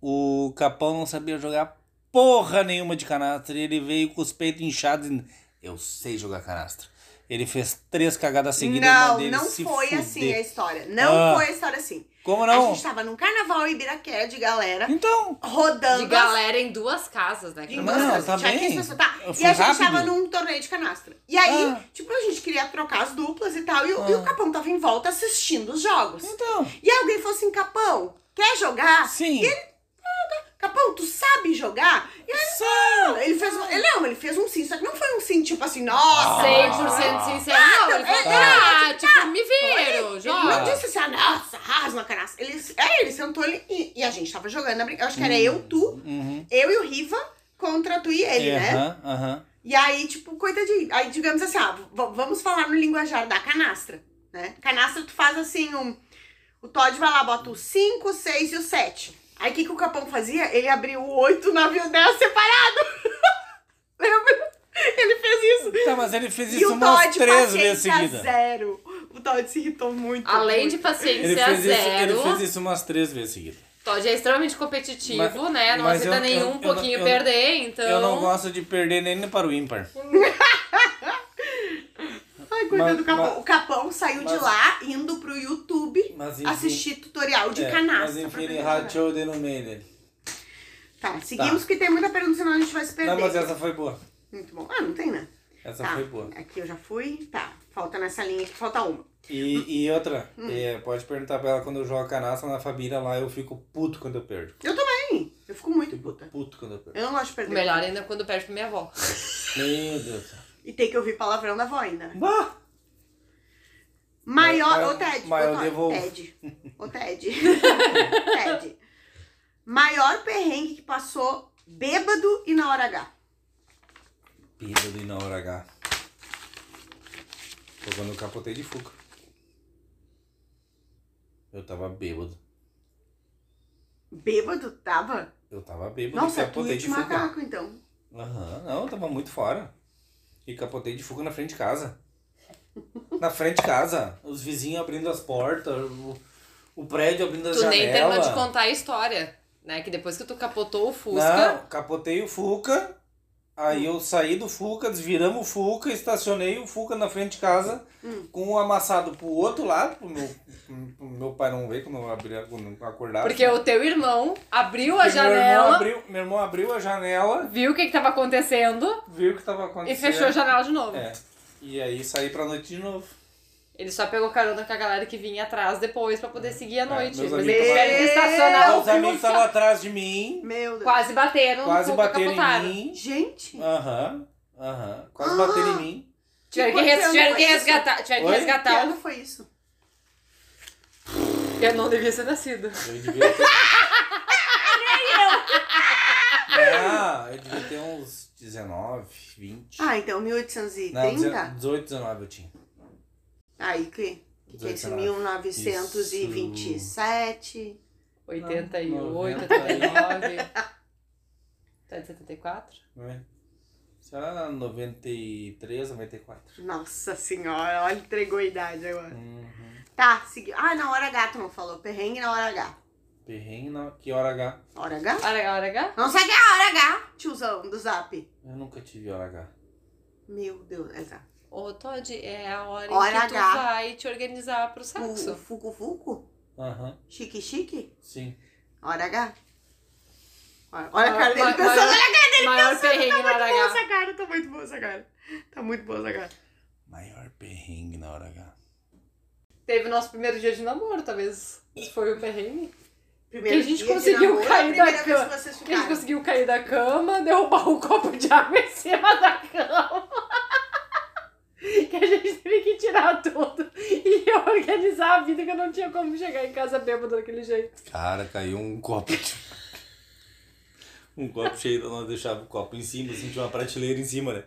F: O Capão não sabia jogar porra nenhuma de canastra e ele veio com os peitos inchados. e, Eu sei jogar canastra. Ele fez três cagadas seguidas. uma
A: Não,
F: deles
A: não
F: se
A: foi
F: fuder.
A: assim a história. Não
F: Ah.
A: foi a história assim.
F: Como
A: A
F: não?
A: gente tá- tava num carnaval em Ibiraqué de galera,
F: Então,
A: rodando.
D: De galera em duas casas, né?
A: as- de
F: Não,
A: bandas,
F: tá
A: tinha
F: bem.
A: 15 pessoas, tá.
F: Eu
A: E
F: fui
A: a gente
F: rápido.
A: tava num torneio de canastra. E aí,
F: Ah.
A: tipo, a gente queria trocar as duplas e tal. E, o- e o
F: Ah.
A: Capão tava em volta assistindo os jogos.
F: então.
A: E alguém falou assim: Capão, quer jogar?
F: Sim.
A: Capão, tu sabe jogar? E ele, não, ele fez um, ele, não, ele fez um sim, só que não foi um sim tipo assim, nossa.
F: Ah.
D: 100% sincero. Não, ele falou,
A: Tá.
D: ah, tipo, me viram,
A: Ele não
D: joga.
A: disse assim, ah, nossa, arrasa na canastra. Ele, aí ele sentou ele, e, e a gente tava jogando na brincadeira. Acho
F: Hum.
A: que era eu, tu,
F: Uhum.
A: eu e o Riva contra tu e
F: É.
A: ele, né?
F: Aham, aham.
A: E aí, tipo, coitadinho. Aí, digamos assim, ah, v- vamos falar no linguajar da canastra, né? Canastra, tu faz assim, um, o Todd vai lá, bota o 5, o 6 e o 7. Aí, o que, que o Capão fazia? Ele abriu o 8, o 9 e o 10 separado. (laughs) Lembra? Ele fez isso.
F: Tá, mas ele fez
A: E
F: isso
A: o
F: umas
A: Todd,
F: três vezes
A: paciência
F: seguida.
A: zero. O Todd se irritou muito.
D: Além
A: muito.
D: de
F: Ele
D: paciência
F: fez, isso,
D: zero,
F: ele fez isso umas três vezes seguida.
D: Todd é extremamente competitivo,
F: Mas-
D: né? Não
F: mas eu-
D: aceita
F: eu-
D: nenhum
F: eu não-
D: pouquinho
F: eu não-
D: perder, então...
F: Eu não gosto de perder nem para o ímpar.
A: Ai, coitado
G: Mas-
A: do Capão.
G: mas-
A: o Capão saiu de
G: mas-
A: lá indo pro YouTube
G: Mas enfim-
A: assistir tutorial de
F: É,
A: canastra.
F: Mas
A: pra
F: enfim, ele
A: aprender a jogar.
F: rachou o dedo no meio dele.
A: Tá, seguimos que tem muita pergunta, senão a gente vai se perder.
F: Não, mas essa foi boa.
A: Muito bom. Ah, não tem, né?
F: Essa
A: tá.
F: foi boa.
A: Aqui eu já fui. Tá. Falta nessa linha aqui, falta uma.
F: E, e outra, é, pode perguntar pra ela quando eu jogo canastra na Fabira lá, eu fico puto quando eu perdo.
A: Eu também. Eu fico muito puta.
F: Puto quando eu perdo.
A: Eu não gosto de perder.
D: Melhor ainda é quando perde pra minha avó.
F: Meu Deus.
A: E tem que ouvir palavrão da avó ainda. né?
F: Bah!
A: Maior.
F: Mas-
A: Ô, Ted.
F: mas
A: ô,
F: eu
A: Todd,
F: devolvo.
A: Ted. Ô, Ted. (laughs) Ted. Maior perrengue que passou bêbado e na hora H.
F: Pílula e na hora H. Foi quando eu capotei de fuca. Eu tava bêbado.
A: Bêbado tava?
F: Eu tava bêbado e
A: Nossa, tu
F: capotei
A: ia
F: de
A: de
F: fuca.
A: macaco, então.
F: Aham, não, eu tava muito fora. E capotei de fuca na frente de casa. Na frente de casa. Os vizinhos abrindo as portas, o, o prédio abrindo as
D: Tu
F: janelas.
D: nem terminou de contar a história, né? Que depois que tu capotou o Fusca...
F: Não, capotei o Fuca. Aí eu saí do Fuca, desviramos o Fuca, estacionei o Fuca na frente de casa,
D: Hum.
F: com o amassado pro outro lado, pro meu, pro meu pai não ver quando eu abri, quando eu acordava.
D: Porque o teu irmão abriu a
F: Porque Meu irmão,
D: janela,
F: abriu, meu irmão abriu a janela,
D: viu o que, que tava acontecendo
F: viu o que tava
D: e
F: acontecendo.
D: fechou a janela de novo.
F: É. E aí saí pra noite de novo.
D: Ele só pegou carona com a galera que vinha atrás depois pra poder seguir a noite.
F: É. meus
D: Mas
F: amigos
D: eles tiveram que tá-
A: tavam-
D: estacionar
A: Meu
D: É o
F: Os amigos
D: Fusca.
F: estavam atrás de mim,
A: Meu Deus.
D: Quase bateram,
F: quase
D: no Fusca,
F: bateram
D: capotaram.
F: em mim.
A: Gente.
F: Aham, aham. Quase
D: Ah!
F: bateram em mim.
D: Tiveram
A: Tipo,
D: que, res-
A: que ano
D: tiveram que
A: foi
D: resgatar, tiveram que
F: Oi?
A: Que
D: resgatar
A: ano
D: o...
A: foi isso?
D: Eu não devia ser nascido.
F: Eu devia ter. (laughs) Ah, eu devia ter uns 19, 20.
A: Ah, então
F: Não,
A: 1830?
F: 18, 19 eu tinha.
A: Aí que, que que é isso?
F: 19.
A: 1927.
D: 88,
F: noventa
D: 89... Tá de 74?
F: Né? Sei lá, 93, 94.
A: Nossa senhora, olha, entregou a idade agora.
F: Uhum.
A: Tá, seguiu. Ah, na hora H tu não falou. Perrengue na hora H.
F: Perrengue na... Que hora H?
A: Hora H?
D: Hora, hora H?
A: Não sei o que é a hora H, tiozão do zap.
F: Eu nunca tive hora H.
A: Meu Deus, é, tá. exato.
D: Ô, Todd, é a hora, em
A: Hora
D: que tu
A: H.
D: vai te organizar pro
A: O,
D: sexo.
A: o Fucu Fucu?
F: Aham,
A: Chique Chique?
F: sim.
A: Hora H? Olha, olha a cara dele
D: Maior-
A: pensando. tá Olha
D: Maior perrengue na hora
A: a
D: H.
A: essa cara, tá muito boa essa cara. Tá muito boa essa cara.
F: Maior perrengue na hora H.
D: Teve o nosso primeiro dia de namoro, talvez. Esse foi o perrengue.
A: Primeiro
D: Que a gente
A: dia de
D: conseguiu
A: namoro,
D: cair
A: a primeira
D: da
A: vez
D: cama.
A: que vocês
D: Porque a gente
A: ficaram.
D: conseguiu cair da cama, derrubar um copo de água em cima da cama. (laughs) Que a gente teve que tirar tudo e organizar a vida, que eu não tinha como chegar em casa bêbada daquele jeito.
F: Cara, caiu um copo de... (laughs) Um copo cheio, nós deixava o copo em cima, assim, tinha uma prateleira em cima, né?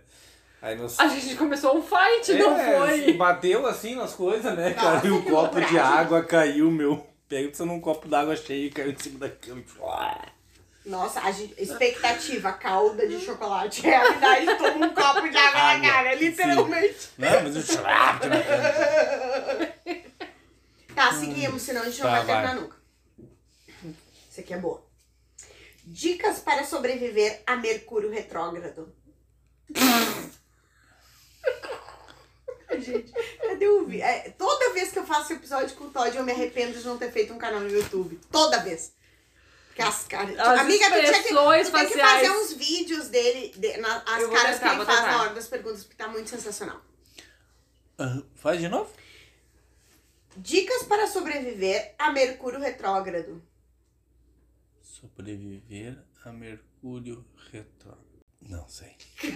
F: Aí nós...
D: A gente começou um fight, não
F: É,
D: foi? Ah,
F: Bateu assim nas coisas, né,
A: Nossa,
F: cara? E o
A: que
F: copo de
A: loucura.
F: água caiu, meu. Pega isso num copo d'água cheio e caiu em cima da cama. Ah,
A: Nossa, a gente, expectativa, calda de chocolate. (laughs) Realidade, toma um copo de água na
F: Água,
A: cara, literalmente.
F: Não, Né? mas eu chorava na cama.
A: Tá, seguimos, senão a gente não
F: Tá,
A: vai terminar
F: vai.
A: nunca. Isso aqui é boa. Dicas para sobreviver a
D: (laughs)
A: Mercúrio retrógrado. gente. Cadê o vídeo? É, toda vez que eu faço episódio com o Todd, eu me arrependo de não ter feito um canal no YouTube. Toda vez. Porque as caras.
D: As
A: Amiga, tu tinha que,
D: expressões
A: tu tem que
D: faciais.
A: fazer uns vídeos dele, de- na- as
D: Eu vou
A: caras
D: tentar,
A: que
D: vou
A: ele faz
D: tentar.
A: na hora das perguntas, porque tá muito sensacional.
F: Ah, Faz de novo?
A: Dicas para sobreviver a Mercúrio Retrógrado.
F: Sobreviver a Mercúrio retrógrado. Não sei. (laughs)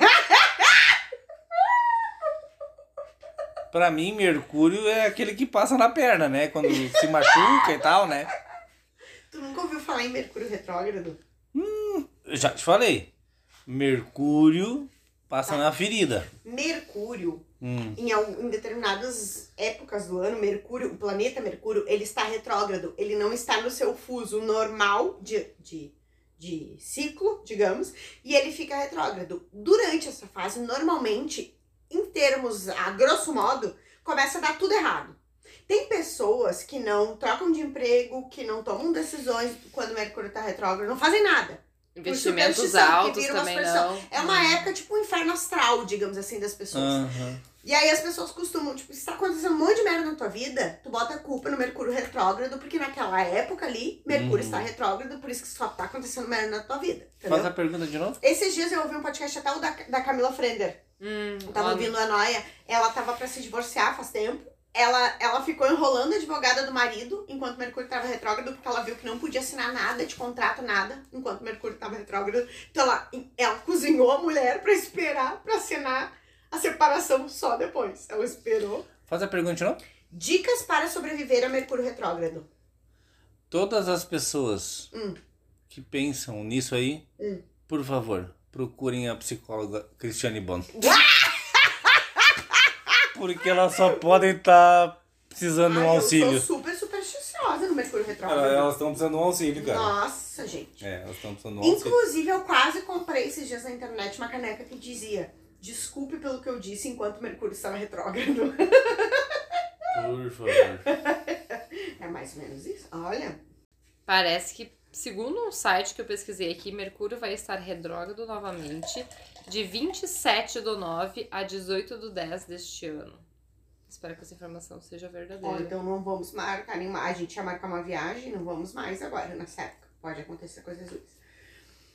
F: pra mim, Mercúrio é aquele que passa na perna, né? Quando se machuca e tal, né?
A: Tu nunca ouviu falar em Mercúrio Retrógrado?
F: Eu já te falei. Mercúrio
D: Tá.
F: passa na ferida.
A: Mercúrio,
F: Hum.
A: em, al- em determinadas épocas do ano, Mercúrio, o planeta Mercúrio, ele está retrógrado. Ele não está no seu fuso normal de, de, de ciclo, digamos, e ele fica retrógrado. Durante essa fase, normalmente, em termos, a grosso modo, começa a dar tudo errado. Tem pessoas que não trocam de emprego, que não tomam decisões quando Mercúrio está retrógrado, não fazem nada.
D: Investimentos
A: superstição, que
D: altos
A: vira uma
D: também
A: superstição.
D: não.
A: É uma época, tipo, um inferno astral, digamos assim, das pessoas.
F: Aham.
A: E aí as pessoas costumam, tipo, se tá acontecendo um monte de merda na tua vida, tu bota a culpa no Mercúrio retrógrado, porque naquela época ali, Mercúrio
F: Uhum.
A: está retrógrado, por isso que só tá acontecendo merda na tua vida, entendeu?
F: Faz a pergunta de novo?
A: Esses dias eu ouvi um podcast até o da, da Camila Frender.
D: Hum,
A: Eu tava
D: lá-
A: ouvindo a Noia, ela tava pra se divorciar faz tempo. Ela, ela ficou enrolando a advogada do marido enquanto Mercúrio tava retrógrado, porque ela viu que não podia assinar nada de contrato, nada, enquanto Mercúrio tava retrógrado. Então ela, ela cozinhou a mulher pra esperar pra assinar a separação só depois. Ela esperou.
F: Faz a pergunta de novo?
A: Dicas para sobreviver a Mercúrio retrógrado.
F: Todas as pessoas
A: Hum.
F: que pensam nisso aí,
A: Hum.
F: por favor, procurem a psicóloga Cristiane
A: (laughs)
F: Bono. Porque elas só podem estar precisando de
A: Ai,
F: um auxílio.
A: Eu sou super supersticiosa no Mercúrio retrógrado.
F: Elas estão precisando de um auxílio, cara.
A: Nossa, gente.
F: É, elas estão precisando de um auxílio.
A: Inclusive, eu quase comprei esses dias na internet uma caneca que dizia Desculpe pelo que eu disse enquanto Mercúrio estava retrógrado.
H: Por favor.
A: (laughs) É mais ou menos isso. Olha.
D: Parece que, segundo um site que eu pesquisei aqui, Mercúrio vai estar retrógrado novamente de 27 do 9 a 18 do 10 deste ano. Espero que essa informação seja
A: Ó,
D: verdadeira.
A: então não vamos marcar nenhuma. A gente ia marcar uma viagem, não vamos mais agora nessa época. Pode acontecer coisas ruins.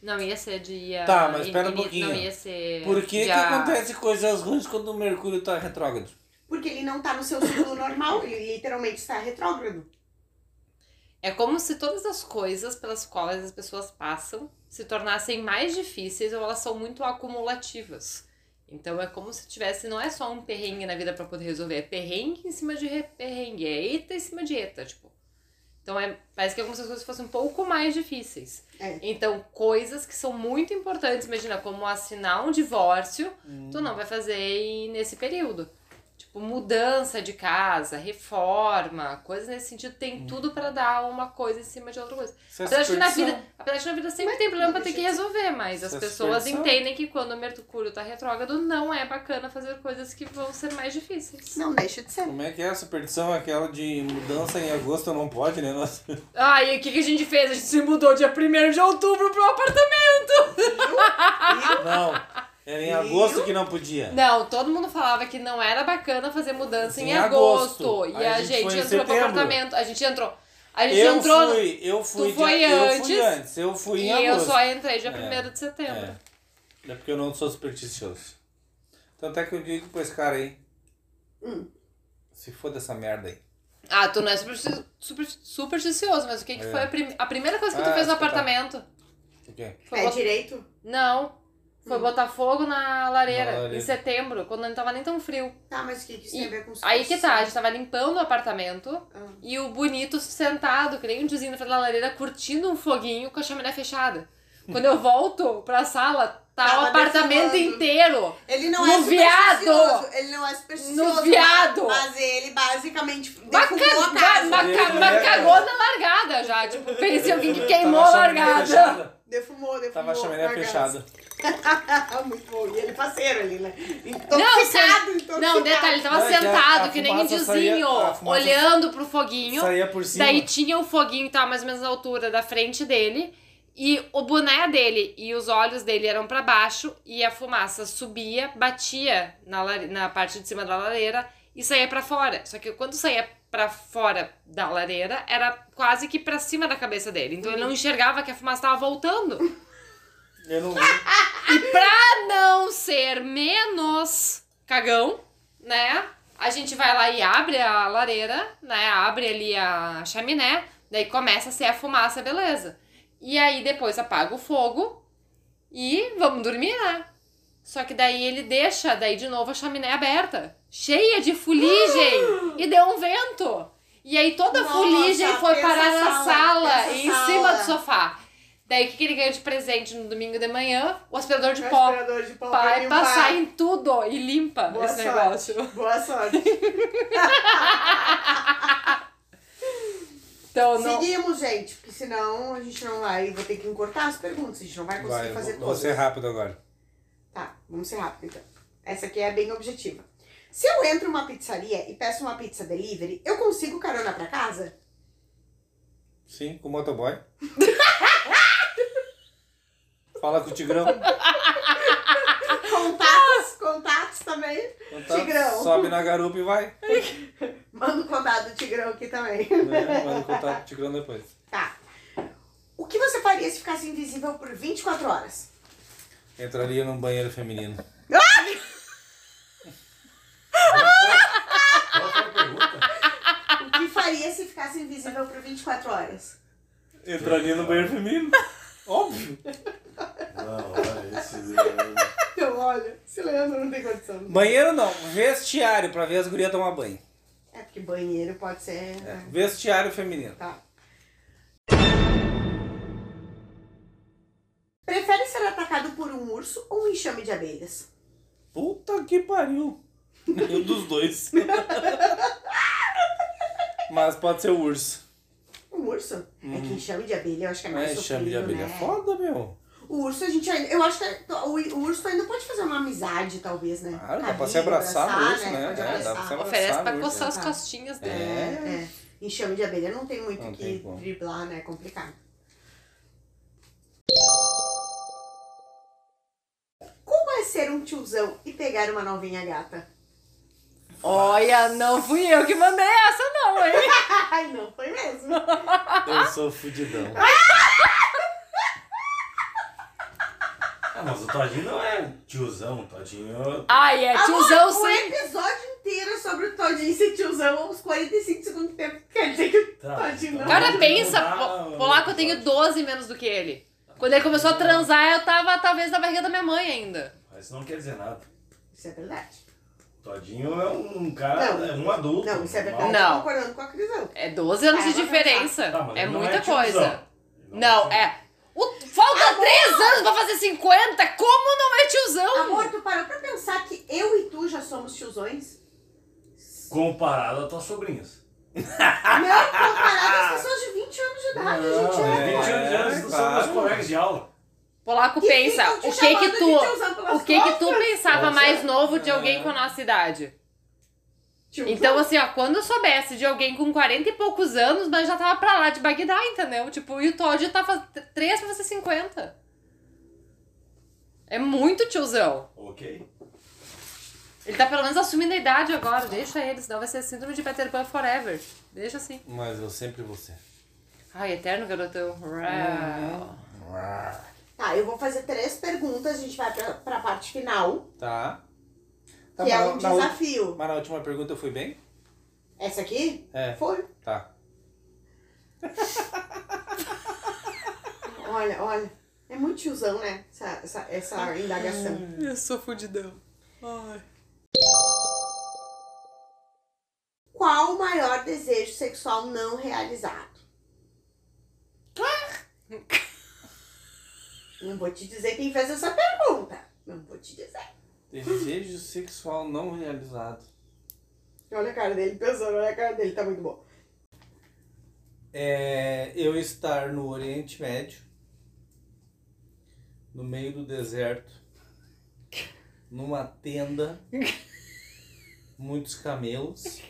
D: Não ia ser dia.
F: Tá, mas
D: in-
F: pera um
D: ini-
F: pouquinho.
D: Não ia ser.
F: Por que, que
D: dia-
F: acontece coisas ruins quando o Mercúrio tá retrógrado?
A: Porque ele não tá no seu ciclo normal, ele literalmente está retrógrado.
D: É como se todas as coisas pelas quais as pessoas passam se tornassem mais difíceis ou elas são muito acumulativas. Então é como se tivesse, não é só um perrengue na vida pra poder resolver, é perrengue em cima de re- perrengue, é eta em cima de eta, tipo. Então é, parece que algumas coisas fossem um pouco mais difíceis.
A: É.
D: Então, coisas que são muito importantes, imagina, como assinar um divórcio, tu não vai fazer em- nesse período. Tipo, mudança de casa, reforma, coisas nesse sentido, tem tudo pra dar uma coisa em cima de outra coisa.
F: Isso é
D: Apesar de que na
F: superstição.
D: vida, apesar de que na vida sempre tem problema pra ter que resolver, mas
F: Isso
D: as
F: é
D: pessoas
F: superstição.
D: entendem que quando o Mercúrio tá retrógrado, não é bacana fazer coisas que vão ser mais difíceis.
A: Não deixa de ser.
F: Como é que é a superstição? Aquela de mudança em agosto não pode, né? Nossa.
D: Ah, e o que, que a gente fez? A gente se mudou dia 1 de outubro pro apartamento!
F: Não, era em agosto que não podia.
D: Não, todo mundo falava que não era bacana fazer mudança em,
F: Em
D: agosto.
F: agosto.
D: E
F: Aí
D: a
F: a gente
D: gente,
F: foi em
D: entrou pro
F: setembro.
D: apartamento. A gente entrou. A gente
F: Eu
D: entrou.
F: fui, eu fui,
D: Tu foi
F: dia- eu
D: antes,
F: fui antes, eu fui
D: E
F: em
D: eu
F: agosto.
D: só entrei dia 1
F: É,
D: de setembro.
F: É. é porque eu não sou supersticioso. Tanto é que eu digo pra esse cara aí.
A: Hum.
F: Se for dessa merda aí.
D: Ah, tu não é supersti- super- supersticioso, mas o que, que
F: É.
D: foi a, prim- a primeira coisa que tu
F: Ah,
D: fez no
F: espetáculo.
D: apartamento?
F: O quê?
D: Foi
A: É
D: bot-
A: direito?
D: Não. Foi botar fogo na lareira,
F: Na lareira.
D: em setembro, quando não tava nem tão frio.
A: Tá, mas o que que isso tem a ver com
D: Aí que tá, a
A: superstição?
D: gente tava limpando o apartamento
A: Ah.
D: e o bonito sentado, que nem um tiozinho na frente da lareira, curtindo um foguinho com a chaminé fechada. Quando eu volto pra sala, tá o
A: Tava
D: apartamento
A: defumando.
D: inteiro.
A: Ele não
D: No
A: é supersticioso.
D: viado!
A: Ele não é supersticioso.
D: No viado!
A: Mas, mas ele basicamente
D: Maca-
A: defumou a casa.
D: ma- maca-
F: Ele-
D: Macagona largada já. Tipo, pense em alguém que queimou
F: Tava
D: a
F: a chaminé
D: largada. (laughs)
F: fechada.
A: Defumou, defumou.
F: Tava é a chaminé
A: a casa.
F: fechada.
A: (laughs) Muito bom. E ele parceiro ali, né? Intoxicado,
D: Não,
A: intoxicado.
D: Não, detalhe, tá ele tava
F: Não, é que a-
D: sentado,
F: a
D: que nem
F: fumaça
D: indiozinho,
F: saía- a fumaça
D: olhando pro foguinho.
F: Saía por cima.
D: Daí tinha o foguinho que tava mais ou menos na altura da frente dele. E o boné dele e os olhos dele eram pra baixo. E a fumaça subia, batia na, lare- na parte de cima da lareira e saía pra fora. Só que quando saía pra fora da lareira, era quase que pra cima da cabeça dele. Então ele não enxergava que a fumaça tava voltando.
F: Eu não vi.
D: Pra não ser menos cagão, né? A gente vai lá e abre a lareira, né? Abre ali a chaminé, daí começa a ser a fumaça, beleza. E aí depois apaga o fogo e vamos dormir, né? Só que daí ele deixa, daí de novo a chaminé aberta, cheia
A: (gasps)
D: de fuligem, e deu um vento. E aí toda a
A: Nossa,
D: fuligem foi
A: pensa
D: parar
A: a sala,
D: na sala,
A: pensa a
D: e em
A: sala.
D: cima do sofá. Daí o que, que ele ganhou de presente no domingo de manhã? O aspirador de
A: Um
D: pó.
A: aspirador de pó pra
D: Vai
A: limpar.
D: passar em tudo e limpa
A: Boa
D: esse
A: sorte.
D: negócio.
A: Boa sorte.
D: (laughs) Então, não.
A: Seguimos, gente, porque senão a gente não vai. Vou ter que encurtar as perguntas, a gente não vai conseguir
F: Vai,
A: fazer
F: vou, vou
A: todas.
F: ser rápido agora.
A: Tá, vamos ser rápido então. Essa aqui é bem objetiva. Se eu entro numa pizzaria e peço uma pizza delivery, eu consigo carona pra casa?
F: Sim, com o
D: (laughs)
F: motoboy. Fala com o Tigrão. Então
A: Contatos, contatos também.
F: Então tá,
A: Tigrão.
F: Sobe na garupa e vai.
A: Manda o contato do Tigrão aqui também.
F: Né? Manda contato com o Tigrão depois.
A: (laughs) Tá. O que você faria se ficasse invisível por 24 horas?
F: Entraria num banheiro feminino.
E: Qual foi a pergunta?
A: O que faria se ficasse invisível por 24 horas?
F: Entraria no banheiro
A: (laughs)
F: feminino. Óbvio.
E: Não, olha, esse... é-
A: Eu olho, se Leandro não tem condição.
F: Banheiro não, vestiário pra ver as gurias tomar banho.
A: É porque banheiro pode ser.
F: É, Vestiário feminino.
A: Tá. Prefere ser atacado por um urso ou um enxame de abelhas?
F: Puta que pariu. Nenhum Um dos dois. (laughs) Mas pode ser o urso.
A: Um urso? É que enxame de abelha eu acho que é
F: Não
A: mais
F: é chame de
A: sofrido,
F: abelha
A: né?
F: foda, meu.
A: O urso a gente ainda... Eu acho que é, o, o urso ainda pode fazer uma amizade, talvez, né?
F: Claro, dá pra
A: Carinho,
F: se abraçar no urso, né?
A: Pode
F: É, dá pra se
A: abraçar.
F: abraçar.
D: Oferece pra
F: Sabe,
D: coçar as
A: tá.
D: costinhas dele.
A: É, é. Enxame de abelha não tem muito o
F: Não
A: que
F: tem como.
A: driblar, né? É complicado. Como é ser um tiozão e pegar uma novinha gata? (laughs)
E: É.
D: Olha, não fui eu que mandei essa, não,
A: (laughs)
D: hein?
A: Ai, não foi mesmo.
I: Eu sou fudidão.
E: Ah, mas o Todinho não é tiozão, o Todinho...
D: Ai,
A: Ah,
D: é tiozão
A: O
D: sim.
A: um episódio inteiro é sobre o Todinho ser tiozão aos 45 segundos de tempo. Quer dizer que o
E: Tá,
A: Todinho
F: então.
E: tá.
A: não.
D: O cara
E: Não,
D: pensa,
E: não dá,
D: po-
E: não
D: polaco,
E: dá.
D: eu tenho 12 menos do que ele. Quando ele começou a transar, eu tava talvez na barriga da minha mãe ainda.
E: Mas isso não quer dizer nada.
A: Isso é verdade.
E: O Todinho é um cara,
A: Não.
E: é um adulto.
A: Não, isso é
E: normal.
A: verdade.
D: Não.
A: Tô concordando com a Crisão.
D: É 12
A: É,
D: anos de
A: vai
D: diferença.
E: Tá, mas
D: é
E: ele não
D: muita
E: tiozão.
D: coisa.
E: Ele
D: Não, é. O- falta 3 anos pra fazer 50? Como não é tiozão?
A: Amor, tu parou pra pensar que eu e tu já somos tiozões?
E: Comparado às tuas sobrinhas.
A: Não, comparado às pessoas de 20 anos de idade, a gente
E: Não,
A: é.
F: é.
E: 20 anos de um anos, são
F: claro.
E: meus colegas de aula.
D: Polaco
A: E
D: pensa,
A: ficam te
D: o que
A: chamando
D: que
A: de
D: tu,
A: tiozão pelas
D: o que que tu
A: costas.
D: pensava
E: Nossa.
D: mais novo de alguém com a nossa idade?
A: Tiozão.
D: Então assim, ó, quando eu soubesse de alguém com 40 e poucos anos, mas já tava pra lá de Bagdá, entendeu? Tipo, e o Todd tá faz... 3 pra fazer 50. É muito tiozão.
E: Ok.
D: Ele tá pelo menos assumindo a idade agora, deixa ele, senão vai ser síndrome de Peter Pan forever. Deixa assim.
F: Mas eu sempre vou ser.
D: Ai, eterno garotão. Uau.
A: Tá, eu vou fazer três perguntas, a gente vai pra, pra parte final,
F: Tá.
A: que é
F: mas
A: um
F: na ul-
A: desafio.
F: Mas na última pergunta eu fui bem?
A: Essa aqui?
F: É.
A: Foi.
F: Tá.
A: Olha, olha. É muito tiozão, né? Essa, essa, essa indagação.
D: Eu sou fudidão. Ai.
A: Qual o maior desejo sexual não (laughs) realizado? Não vou te dizer quem fez essa pergunta. Não vou te dizer.
F: Desejo sexual não realizado.
A: Olha a cara dele pensando, olha a cara dele, tá muito bom.
F: É eu estar no Oriente Médio, no meio do deserto, numa tenda, muitos camelos,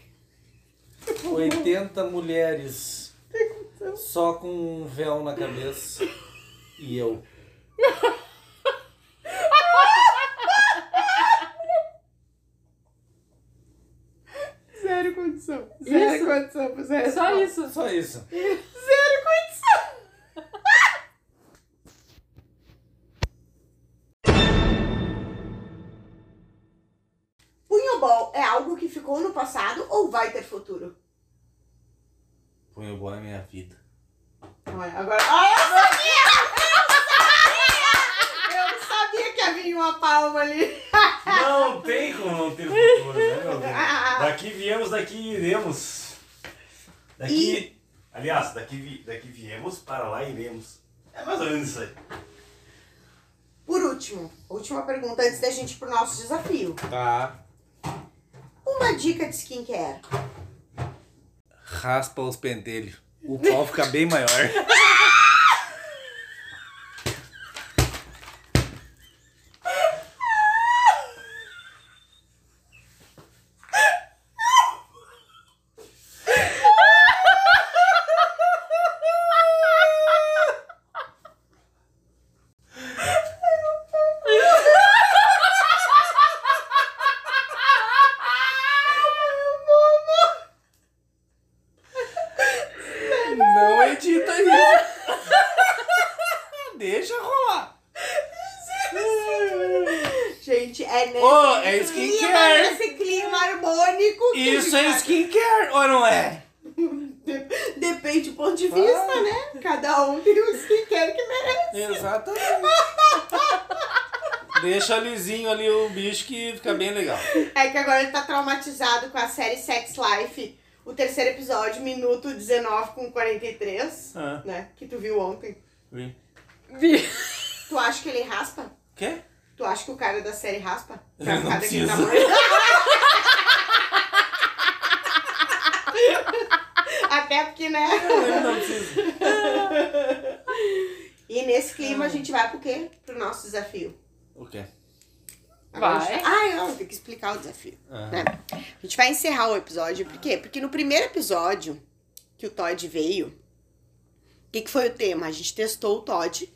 F: 80 mulheres, só com um véu na cabeça e eu.
A: condição.
J: Isso.
A: Zero condição. Zero.
J: Só isso.
F: Só isso.
A: Punhobol é algo que ficou no passado ou vai ter futuro?
F: Punho bom é minha vida.
A: Olha, é, agora. Olha, (laughs) eu sabia! Eu sabia que havia uma palma ali.
E: Não tem como não ter futuro, né, meu Deus? Daqui viemos, daqui iremos. Daqui. Aliás, daqui, vi- daqui viemos, para lá iremos. É mais ou menos isso aí.
A: Por último, última pergunta antes da gente ir pro nosso desafio.
F: Tá.
A: Uma dica de skincare.
F: Raspa os pentelhos. O pau fica bem maior. Não edita isso. (laughs) Deixa rolar.
A: Gente, é nesse
F: Ô, é
A: clima,
F: skincare.
A: nesse clima harmônico. que
F: Isso
A: fica-
F: é skincare ou não é?
A: Depende do ponto de vista, né? Cada um tem o skincare que merece.
F: Exatamente. Deixa lisinho ali o bicho que fica bem legal.
A: É que agora ele tá traumatizado com a série Sex Life. O terceiro episódio, minuto 19 com 43,
F: Ah.
A: né? Que tu viu ontem.
F: Vi.
A: Tu acha que ele raspa?
F: Quê?
A: Tu acha que o cara da série raspa?
F: Eu
A: Pra
F: não
A: ficar daquele
F: preciso.
A: tamanho? (laughs) Até porque, né?
F: (laughs) não preciso.
A: E nesse clima a gente vai pro quê? Pro nosso desafio.
F: O quê?
A: Agora a
D: Vai.
A: gente- Ah, não, tem que explicar o desafio. né? A gente vai encerrar o episódio, por quê? Porque no primeiro episódio que o Todd veio, o que, que foi o tema? A gente testou o Todd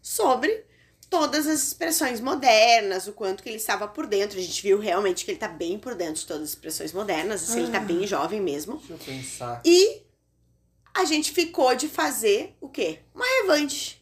A: sobre todas as expressões modernas, o quanto que ele estava por dentro. A gente viu realmente que ele tá bem por dentro de todas as expressões modernas, assim, ele tá bem jovem mesmo.
F: Deixa eu pensar.
A: E a gente ficou de fazer o quê? Uma revanche.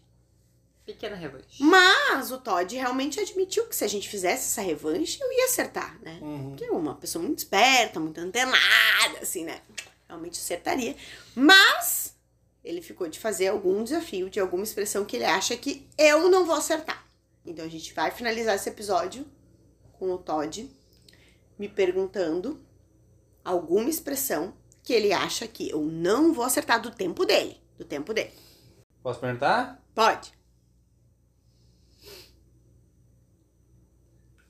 D: Pequena revanche.
A: Mas o Todd realmente admitiu que se a gente fizesse essa revanche, eu ia acertar, né?
F: Uhum.
A: Porque é uma pessoa muito esperta, muito antenada, assim, né? Realmente acertaria. Mas ele ficou de fazer algum desafio de alguma expressão que ele acha que eu não vou acertar. Então a gente vai finalizar esse episódio com o Todd me perguntando alguma expressão que ele acha que eu não vou acertar do tempo dele. Do tempo dele.
F: Posso perguntar?
A: Pode.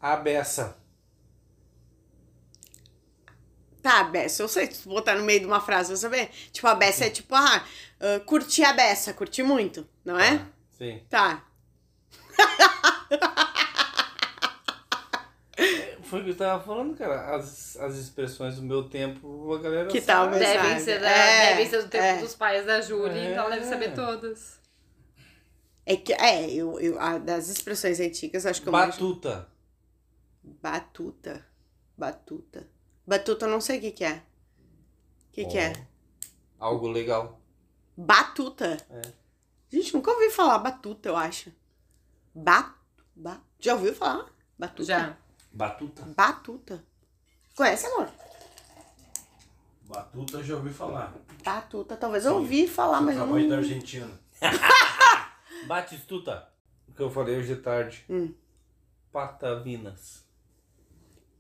F: A beça.
A: Tá, Bessa, eu sei, se tu botar no meio de uma frase, você vê. Tipo, a Bessa é
F: Uhum.
A: tipo, ah, ah, curti a Bessa, curti muito, não é?
F: Sim.
A: Tá.
F: Foi o que eu tava falando, cara. As, as expressões do meu tempo, a galera
A: Que
F: sabe. Ah,
A: tal, Bessa?
D: Devem ser, da,
A: É,
D: devem ser do tempo
A: é.
D: dos pais da Júlia, então ela deve
F: É.
D: saber todas.
A: É que, é, eu, eu, a- das expressões antigas, eu acho que eu mais...
F: Batuta.
A: Batuta. Batuta. Batuta, eu não sei o que que é. O que que é?
F: Algo legal.
A: Batuta.
F: É.
A: Gente, nunca ouvi falar batuta, eu acho. Ba... ba... Já ouviu falar? Batuta?
D: Já.
E: Batuta.
A: Batuta. Conhece, amor?
E: Batuta eu já ouvi falar.
A: Batuta, talvez eu ouvi falar, mas
F: Tá
A: eu não...
F: então.
E: Tamanho da Argentina.
F: Batistuta. O que eu falei hoje de tarde.
A: Hum.
F: Patavinas.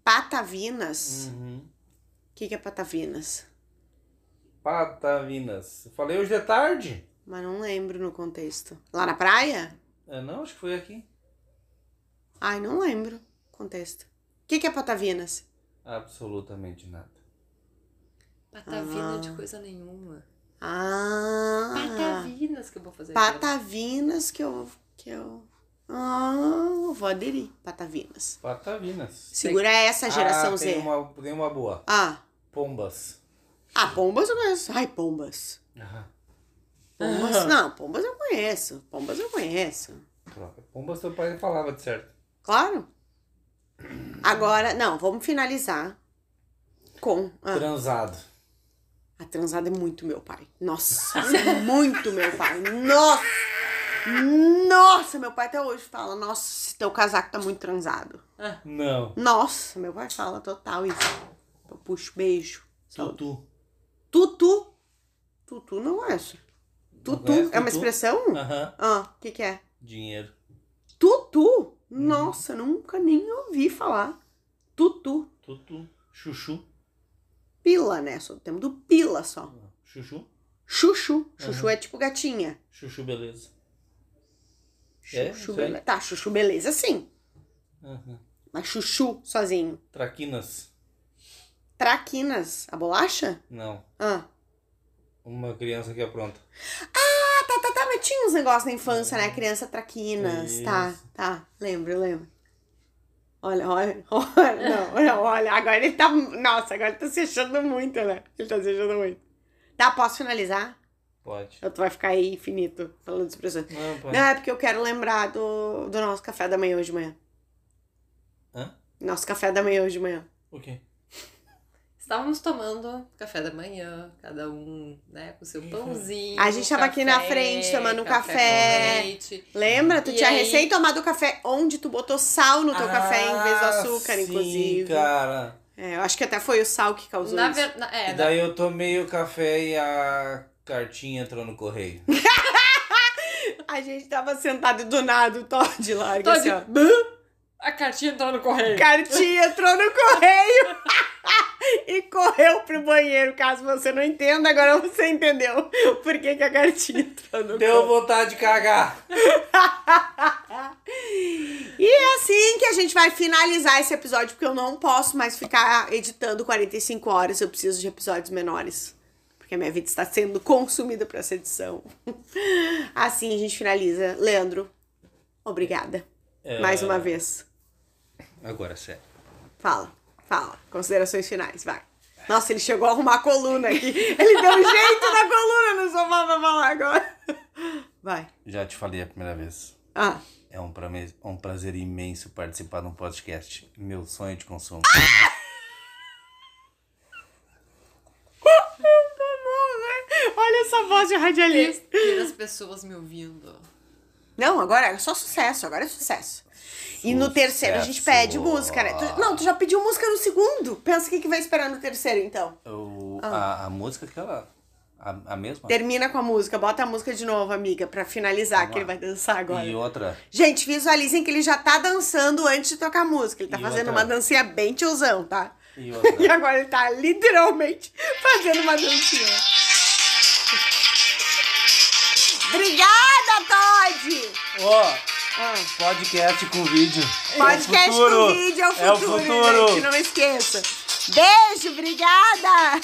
A: Patavinas? O
F: Uhum.
A: que, que é patavinas?
F: Patavinas. Eu falei hoje de tarde.
A: Mas não lembro no contexto. Lá na praia?
F: É, não, acho que foi aqui.
A: Ai, não lembro. Contexto. O que, que é patavinas?
F: Absolutamente nada.
D: Patavina
A: Ah.
D: de coisa nenhuma.
A: Ah!
D: Patavinas que eu vou fazer.
A: Patavinas que eu. Que eu... Ah, eu vou aderir. Patavinas.
F: Patavinas.
A: Segura essa geração
F: ah,
A: Z.
F: Tem uma, tem uma boa.
A: Ah.
F: Pombas.
A: Ah, pombas eu conheço. Ai, pombas.
F: Ah,
A: Pombas.
F: (laughs)
A: Não, pombas eu conheço. Pombas eu conheço.
F: troca. Pombas teu pai falava de certo.
A: Claro. Agora, não, vamos finalizar com. Ah.
F: Transado.
A: A transada é muito meu pai. Nossa, isso é muito meu pai. Nossa! Nossa, meu pai até hoje fala, nossa, esse teu casaco tá muito transado.
F: Não.
A: Nossa, meu pai fala total isso. Eu puxo beijo. Saúde.
F: Tutu.
A: Tutu. Tutu não é isso. Tutu
F: conhece
A: é uma
F: tutu?
A: expressão?
F: Aham.
A: Ah, o que que é?
F: Dinheiro. Uhum.
A: Tutu. Nossa, nunca nem ouvi falar. Tutu.
F: Tutu. Chuchu.
A: Pila, né? Só temos do pila só.
F: Chuchu.
A: Chuchu.
F: Uhum.
A: Chuchu é tipo gatinha.
F: Chuchu, beleza. É,
A: Chuchu,
F: isso aí.
A: beleza. Tá, chuchu, beleza, sim.
F: Aham.
A: Mas chuchu sozinho.
F: Traquinas.
A: Traquinas, a bolacha?
F: Não.
A: Ah.
F: Uma criança que é apronta.
A: Ah, tá, tá, tá, mas tinha uns negócios na infância, né? Criança traquinas, tá,
F: Isso.
A: tá, lembro, lembro. Olha, olha, (laughs) olha, não, não, olha, agora ele tá, nossa, agora ele tá se achando muito, né? Ele tá se achando muito. Tá, posso finalizar?
F: Pode.
A: Ou tu vai ficar aí infinito falando expressões?
F: Não, pode.
A: Não, é porque eu quero lembrar do, do nosso café da manhã hoje de manhã.
F: Hã?
A: Nosso café da manhã hoje de manhã.
F: O quê?
D: Estávamos tomando café da manhã, cada um, né, com seu pãozinho.
A: Uhum. A gente tava aqui na frente tomando um café.
D: com leite.
A: Lembra? Tu
D: E
A: tinha
D: aí-
A: recém tomado café onde tu botou sal no teu café em
D: Ah,
A: vez do açúcar,
F: Ah, sim,
A: inclusive.
F: cara.
A: É, eu acho que até foi o sal que causou
D: Na
A: isso.
D: ver... na- é,
F: E daí eu tomei o café e a cartinha entrou no correio.
A: A gente tava sentado e do nada, o Todd larga
D: Todd-
A: assim, ó.
D: a cartinha entrou no correio.
A: Cartinha entrou no correio (laughs) e correu pro banheiro. Caso você não entenda, agora você entendeu por que, que a cartinha entrou no
F: Deu vontade de cagar.
A: E é assim que a gente vai finalizar esse episódio, porque eu não posso mais ficar editando 45 horas, eu preciso de episódios menores. Porque a minha vida está sendo consumida por essa edição. (laughs) Assim a gente finaliza. Leandro, obrigada.
F: É.
A: Mais uma vez.
F: Agora, sério.
A: Fala, fala. Considerações finais, vai. Nossa, ele chegou a arrumar a coluna aqui. Ele deu um jeito na coluna, não sofá pra falar agora. Vai.
F: Já te falei a primeira vez.
A: (laughs) Ah.
F: É um, prame- um prazer imenso participar de um podcast. Meu sonho de consumo.
A: Tá né? Olha essa voz de radialista.
D: E as pessoas me ouvindo.
A: Não, agora é só sucesso, agora é sucesso. E no terceiro a gente pede música, né? Tu- não, tu já pediu música no segundo. Pensa o que, que vai esperar no terceiro, então.
F: O- a, a música que ela. A, a mesma?
A: Termina com a música, bota a música de novo, amiga, pra finalizar,
F: Vamos
A: que ele
F: lá.
A: vai dançar agora.
F: E outra.
A: Gente, visualizem que ele já tá dançando antes de tocar a música. Ele tá
F: E
A: fazendo
F: outra-
A: uma dancinha bem tiozão, tá? (laughs)
F: E outra.
A: E agora ele tá literalmente fazendo uma dancinha. Obrigada, Todd!
F: Ó,
A: Ah.
F: podcast com vídeo.
A: Podcast
F: É futuro.
A: com vídeo é o
F: É o
A: futuro,
F: futuro.
A: gente. Não esqueça. Beijo, obrigada!